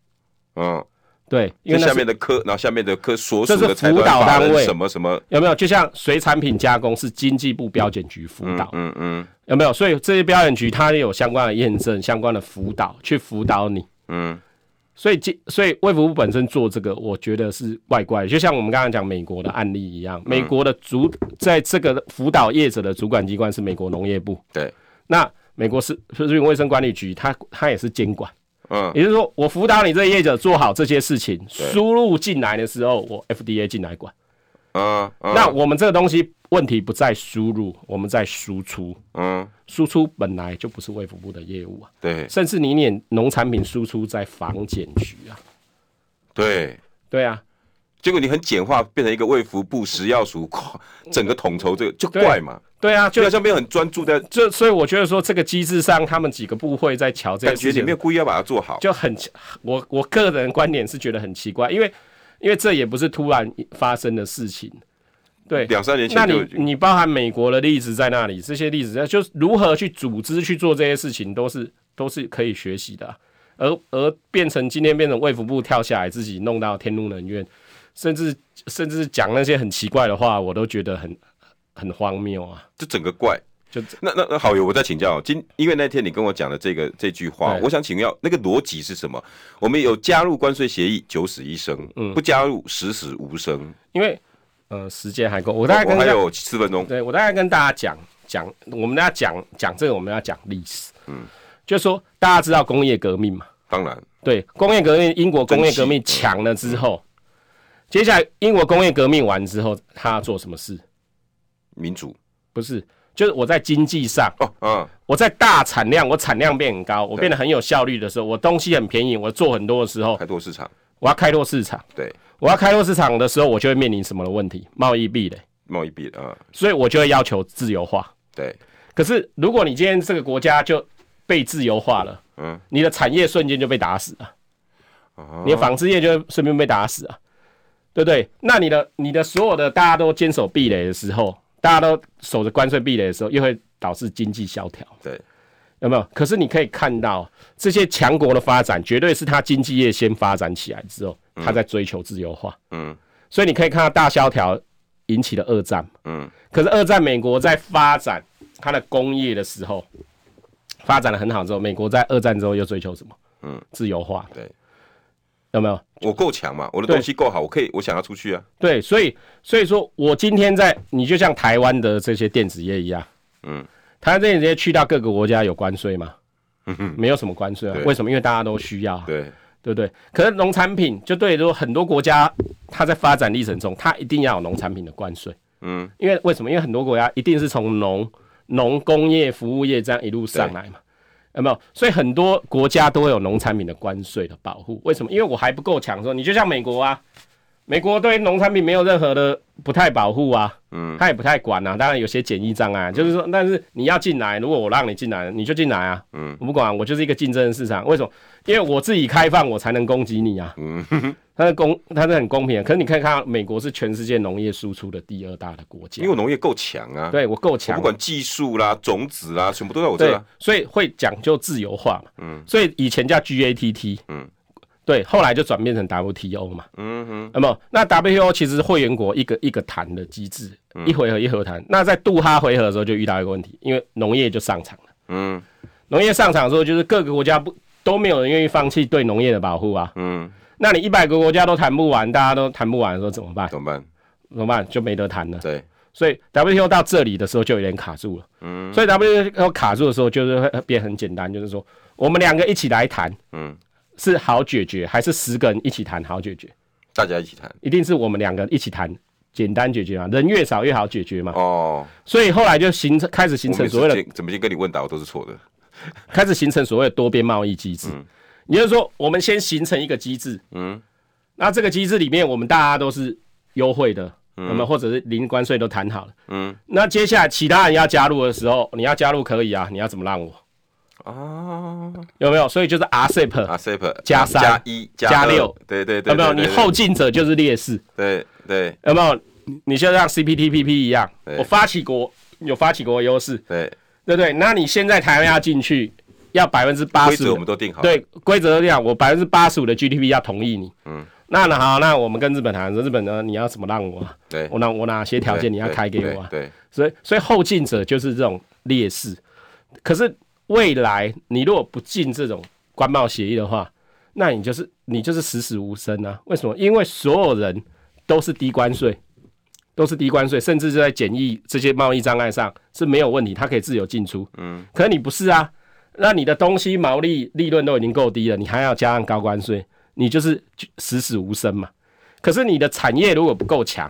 [SPEAKER 1] 嗯，
[SPEAKER 2] 对，
[SPEAKER 1] 就
[SPEAKER 2] 因为那
[SPEAKER 1] 下
[SPEAKER 2] 是
[SPEAKER 1] 面的科，然后下面的科所属
[SPEAKER 2] 这
[SPEAKER 1] 的
[SPEAKER 2] 是
[SPEAKER 1] 财
[SPEAKER 2] 辅
[SPEAKER 1] 团
[SPEAKER 2] 导
[SPEAKER 1] 法人
[SPEAKER 2] 单位
[SPEAKER 1] 什么什么，
[SPEAKER 2] 有没有？就像水产品加工是经济部标检局辅导，
[SPEAKER 1] 嗯嗯
[SPEAKER 2] 有没有？所以这些标检局它也有相关的验证、相关的辅导去辅导你。
[SPEAKER 1] 嗯，
[SPEAKER 2] 所以这，所以卫福部本身做这个，我觉得是怪怪的。就像我们刚刚讲美国的案例一样，
[SPEAKER 1] 嗯
[SPEAKER 2] 美国的主在这个辅导业者的主管机关是美国农业部，
[SPEAKER 1] 对，
[SPEAKER 2] 那美国是食品卫生管理局，它它也是监管。
[SPEAKER 1] 嗯
[SPEAKER 2] 也就是说，我辅导你这些业者做好这些事情，输入进来的时候，我 FDA 进来管。
[SPEAKER 1] 嗯嗯
[SPEAKER 2] 那我们这个东西问题不在输入，我们在输出。
[SPEAKER 1] 嗯，
[SPEAKER 2] 输出本来就不是卫福部的业务啊，
[SPEAKER 1] 对
[SPEAKER 2] 甚至你连农产品输出在房检局啊，
[SPEAKER 1] 对。
[SPEAKER 2] 对啊，
[SPEAKER 1] 结果你很简
[SPEAKER 2] 嗯
[SPEAKER 1] 化，变成一个卫福部食药署跨整个统筹，这个就怪嘛。
[SPEAKER 2] 对啊，
[SPEAKER 1] 就
[SPEAKER 2] 就
[SPEAKER 1] 好像没有很专注在，
[SPEAKER 2] 就所以我觉得说这个机制上，他们几个部会在瞧这
[SPEAKER 1] 感
[SPEAKER 2] 个
[SPEAKER 1] 觉
[SPEAKER 2] 事
[SPEAKER 1] 你
[SPEAKER 2] 情
[SPEAKER 1] 没有，故意要把它做好。
[SPEAKER 2] 就很奇我我个人观点是觉得很奇怪，因为因为这也不是突然发生的事情，对，
[SPEAKER 1] 两三年前
[SPEAKER 2] 那
[SPEAKER 1] 就
[SPEAKER 2] 你
[SPEAKER 1] 已经
[SPEAKER 2] 你包含美国的例子在那里，这些例子在就是如何去组织去做这些事情，都是都是可以学习的啊、而而变成今天变成卫福部跳下来，自己弄到天怒人怨，甚至甚至讲那些很奇怪的话，我都觉得很很荒谬啊！
[SPEAKER 1] 就整个怪。
[SPEAKER 2] 就
[SPEAKER 1] 那那那好友，我再请教今，因为那天你跟我讲的这个这句话，
[SPEAKER 2] 对
[SPEAKER 1] 我想请教那个逻辑是什么？我们有加入关税协议九死一生，
[SPEAKER 2] 嗯
[SPEAKER 1] 不加入十死无生。
[SPEAKER 2] 因为呃时间还够，我
[SPEAKER 1] 我
[SPEAKER 2] 大概跟
[SPEAKER 1] 还
[SPEAKER 2] 大家
[SPEAKER 1] 有四分钟，
[SPEAKER 2] 对我大概跟大家讲讲，我们要讲讲这个，我们要讲历史，嗯，就是说大家知道工业革命嘛，
[SPEAKER 1] 当然
[SPEAKER 2] 对，工业革命，英国工业革命强
[SPEAKER 1] 嗯
[SPEAKER 2] 了之后，接下来英国工业革命完之后，他做什么事？
[SPEAKER 1] 民主
[SPEAKER 2] 不是，就是我在经济上，
[SPEAKER 1] 哦，嗯
[SPEAKER 2] 我在大产量，我产量变很高，我变得很有效率的时候，我东西很便宜，我做很多的时候
[SPEAKER 1] 开，拓市场，
[SPEAKER 2] 我要开拓市场，
[SPEAKER 1] 对
[SPEAKER 2] 我要开拓市场的时候，我就会面临什么的问题？贸易壁垒，
[SPEAKER 1] 贸易壁啊、嗯
[SPEAKER 2] 所以我就会要求自由化。
[SPEAKER 1] 对，
[SPEAKER 2] 可是如果你今天这个国家就被自由化了，
[SPEAKER 1] 嗯，
[SPEAKER 2] 你的产业瞬间就被打死了，你的纺织业就会顺便被打死啊，对不对？那你的你的所有的大家都坚守壁垒的时候，大家都守着关税壁垒的时候，又会导致经济萧条，
[SPEAKER 1] 对，
[SPEAKER 2] 有没有？可是你可以看到，这些强国的发展，绝对是它经济业先发展起来之后，它在追求自由化，
[SPEAKER 1] 嗯
[SPEAKER 2] 所以你可以看到大萧条引起的二战。
[SPEAKER 1] 嗯
[SPEAKER 2] 可是二战美国在发展它的工业的时候，发展的很好之后，美国在二战之后又追求什么？
[SPEAKER 1] 嗯，
[SPEAKER 2] 自由化，
[SPEAKER 1] 对，
[SPEAKER 2] 有没有？
[SPEAKER 1] 我够强嘛，我的
[SPEAKER 2] 对
[SPEAKER 1] 东西够好，我可以，我想要出去啊，
[SPEAKER 2] 对，所以所以说我今天在，你就像台湾的这些电子业一样，
[SPEAKER 1] 嗯，
[SPEAKER 2] 台湾电子业去到各个国家有关税吗？没有什么关税啊
[SPEAKER 1] 嗯对，
[SPEAKER 2] 为什么？因为大家都需要啊、
[SPEAKER 1] 对，
[SPEAKER 2] 对不对？可是农产品就对，说很多国家它在发展历程中，它一定要有农产品的关税，
[SPEAKER 1] 嗯，
[SPEAKER 2] 因为为什么？因为很多国家一定是从农农工业、服务业这样一路上来嘛，有没有？所以很多国家都会有农产品的关税的保护。为什么？因为我还不够强的时候，你就像美国啊，美国对农产品没有任何的不太保护啊，
[SPEAKER 1] 嗯
[SPEAKER 2] 他也不太管啊。当然有些检疫障碍，啊就是说，但是你要进来，如果我让你进来，你就进来啊，
[SPEAKER 1] 嗯
[SPEAKER 2] 我不管，我就是一个竞争的市场。为什么？因为我自己开放，我才能攻击你啊。
[SPEAKER 1] 嗯，
[SPEAKER 2] 它是公，它是很公平的。啊可是你可以看到，美国是全世界农业输出的第二大的国家
[SPEAKER 1] 因为，我农业够强啊，，
[SPEAKER 2] 对我够
[SPEAKER 1] 我
[SPEAKER 2] 强，
[SPEAKER 1] 不管技术啦、种子啦，全部都在我这
[SPEAKER 2] 对
[SPEAKER 1] 啊。，
[SPEAKER 2] 所以会讲究自由化嘛。
[SPEAKER 1] 嗯
[SPEAKER 2] 所以以前叫 GATT，
[SPEAKER 1] 嗯，
[SPEAKER 2] 对，后来就转变成 WTO 嘛。
[SPEAKER 1] 嗯哼，
[SPEAKER 2] 那么那 WTO 其实是会员国一个一个谈的机制，
[SPEAKER 1] 嗯
[SPEAKER 2] 一回合一合谈。那在杜哈回合的时候就遇到一个问题，因为农业就上场了。
[SPEAKER 1] 嗯
[SPEAKER 2] 农业上场的时候，就是各个国家不都没有人愿意放弃对农业的保护啊。
[SPEAKER 1] 嗯，
[SPEAKER 2] 那你一百个国家都谈不完，大家都谈不完的时候怎么办？
[SPEAKER 1] 怎么办？
[SPEAKER 2] 怎么办？就没得谈了。
[SPEAKER 1] 对，
[SPEAKER 2] 所以 WTO 到这里的时候就有点卡住了。
[SPEAKER 1] 嗯
[SPEAKER 2] 所以 WTO 卡住的时候，就是会变很简单，就是说我们两个一起来谈
[SPEAKER 1] 嗯，
[SPEAKER 2] 是好解决，还是十个人一起谈好解决？
[SPEAKER 1] 大家一起谈
[SPEAKER 2] 一定是我们两个一起谈。简单解决嘛，人越少越好解决嘛，
[SPEAKER 1] 哦。
[SPEAKER 2] 所以后来就形成开始形
[SPEAKER 1] 我
[SPEAKER 2] 成
[SPEAKER 1] 们
[SPEAKER 2] 所谓的
[SPEAKER 1] 怎么先跟你问答，我都是错的。
[SPEAKER 2] 开始形成所谓的多边贸易机制。也就是说，我们先形成一个机制，
[SPEAKER 1] 嗯
[SPEAKER 2] 那这个机制里面我们大家都是优惠的，我们或者是零关税都谈好了。
[SPEAKER 1] 嗯
[SPEAKER 2] 那接下来其他人要加入的时候，你要加入可以啊，你要怎么让我？
[SPEAKER 1] 啊
[SPEAKER 2] 有没有？所以就是 RCEP，、
[SPEAKER 1] 啊 s e p
[SPEAKER 2] 加三
[SPEAKER 1] 加一
[SPEAKER 2] 加
[SPEAKER 1] 二
[SPEAKER 2] 六，
[SPEAKER 1] 对对对，
[SPEAKER 2] 有没有？
[SPEAKER 1] 对
[SPEAKER 2] 你后进者就是劣势，
[SPEAKER 1] 对对
[SPEAKER 2] 有没有？你你就像 CPTPP 一样
[SPEAKER 1] 对，
[SPEAKER 2] 我发起国有发起国的优势，
[SPEAKER 1] 对，
[SPEAKER 2] 对不对？那你现在台湾要进去，要百分之八
[SPEAKER 1] 规
[SPEAKER 2] 十
[SPEAKER 1] 则我
[SPEAKER 2] 五
[SPEAKER 1] 们，都定好。，
[SPEAKER 2] 对规则都这样，我百分之八十五的 GDP 要同意你。
[SPEAKER 1] 嗯，
[SPEAKER 2] 那那好，那我们跟日本谈，日本呢，你要怎么让我啊？
[SPEAKER 1] 对
[SPEAKER 2] 我哪我哪些条件
[SPEAKER 1] 对
[SPEAKER 2] 你要
[SPEAKER 1] 对
[SPEAKER 2] 开给
[SPEAKER 1] 对
[SPEAKER 2] 我啊？
[SPEAKER 1] 对，
[SPEAKER 2] 所以所以后进者就是这种劣势。可是未来你如果不进这种官贸协议的话，那你就是你就是死死无生啊！为什么？因为所有人都是低关税，都是低关税，甚至是在检疫这些贸易障碍上是没有问题，它可以自由进出。
[SPEAKER 1] 嗯，
[SPEAKER 2] 可是你不是啊，那你的东西毛利利润都已经够低了，你还要加上高关税，你就是死死无生嘛。可是你的产业如果不够强，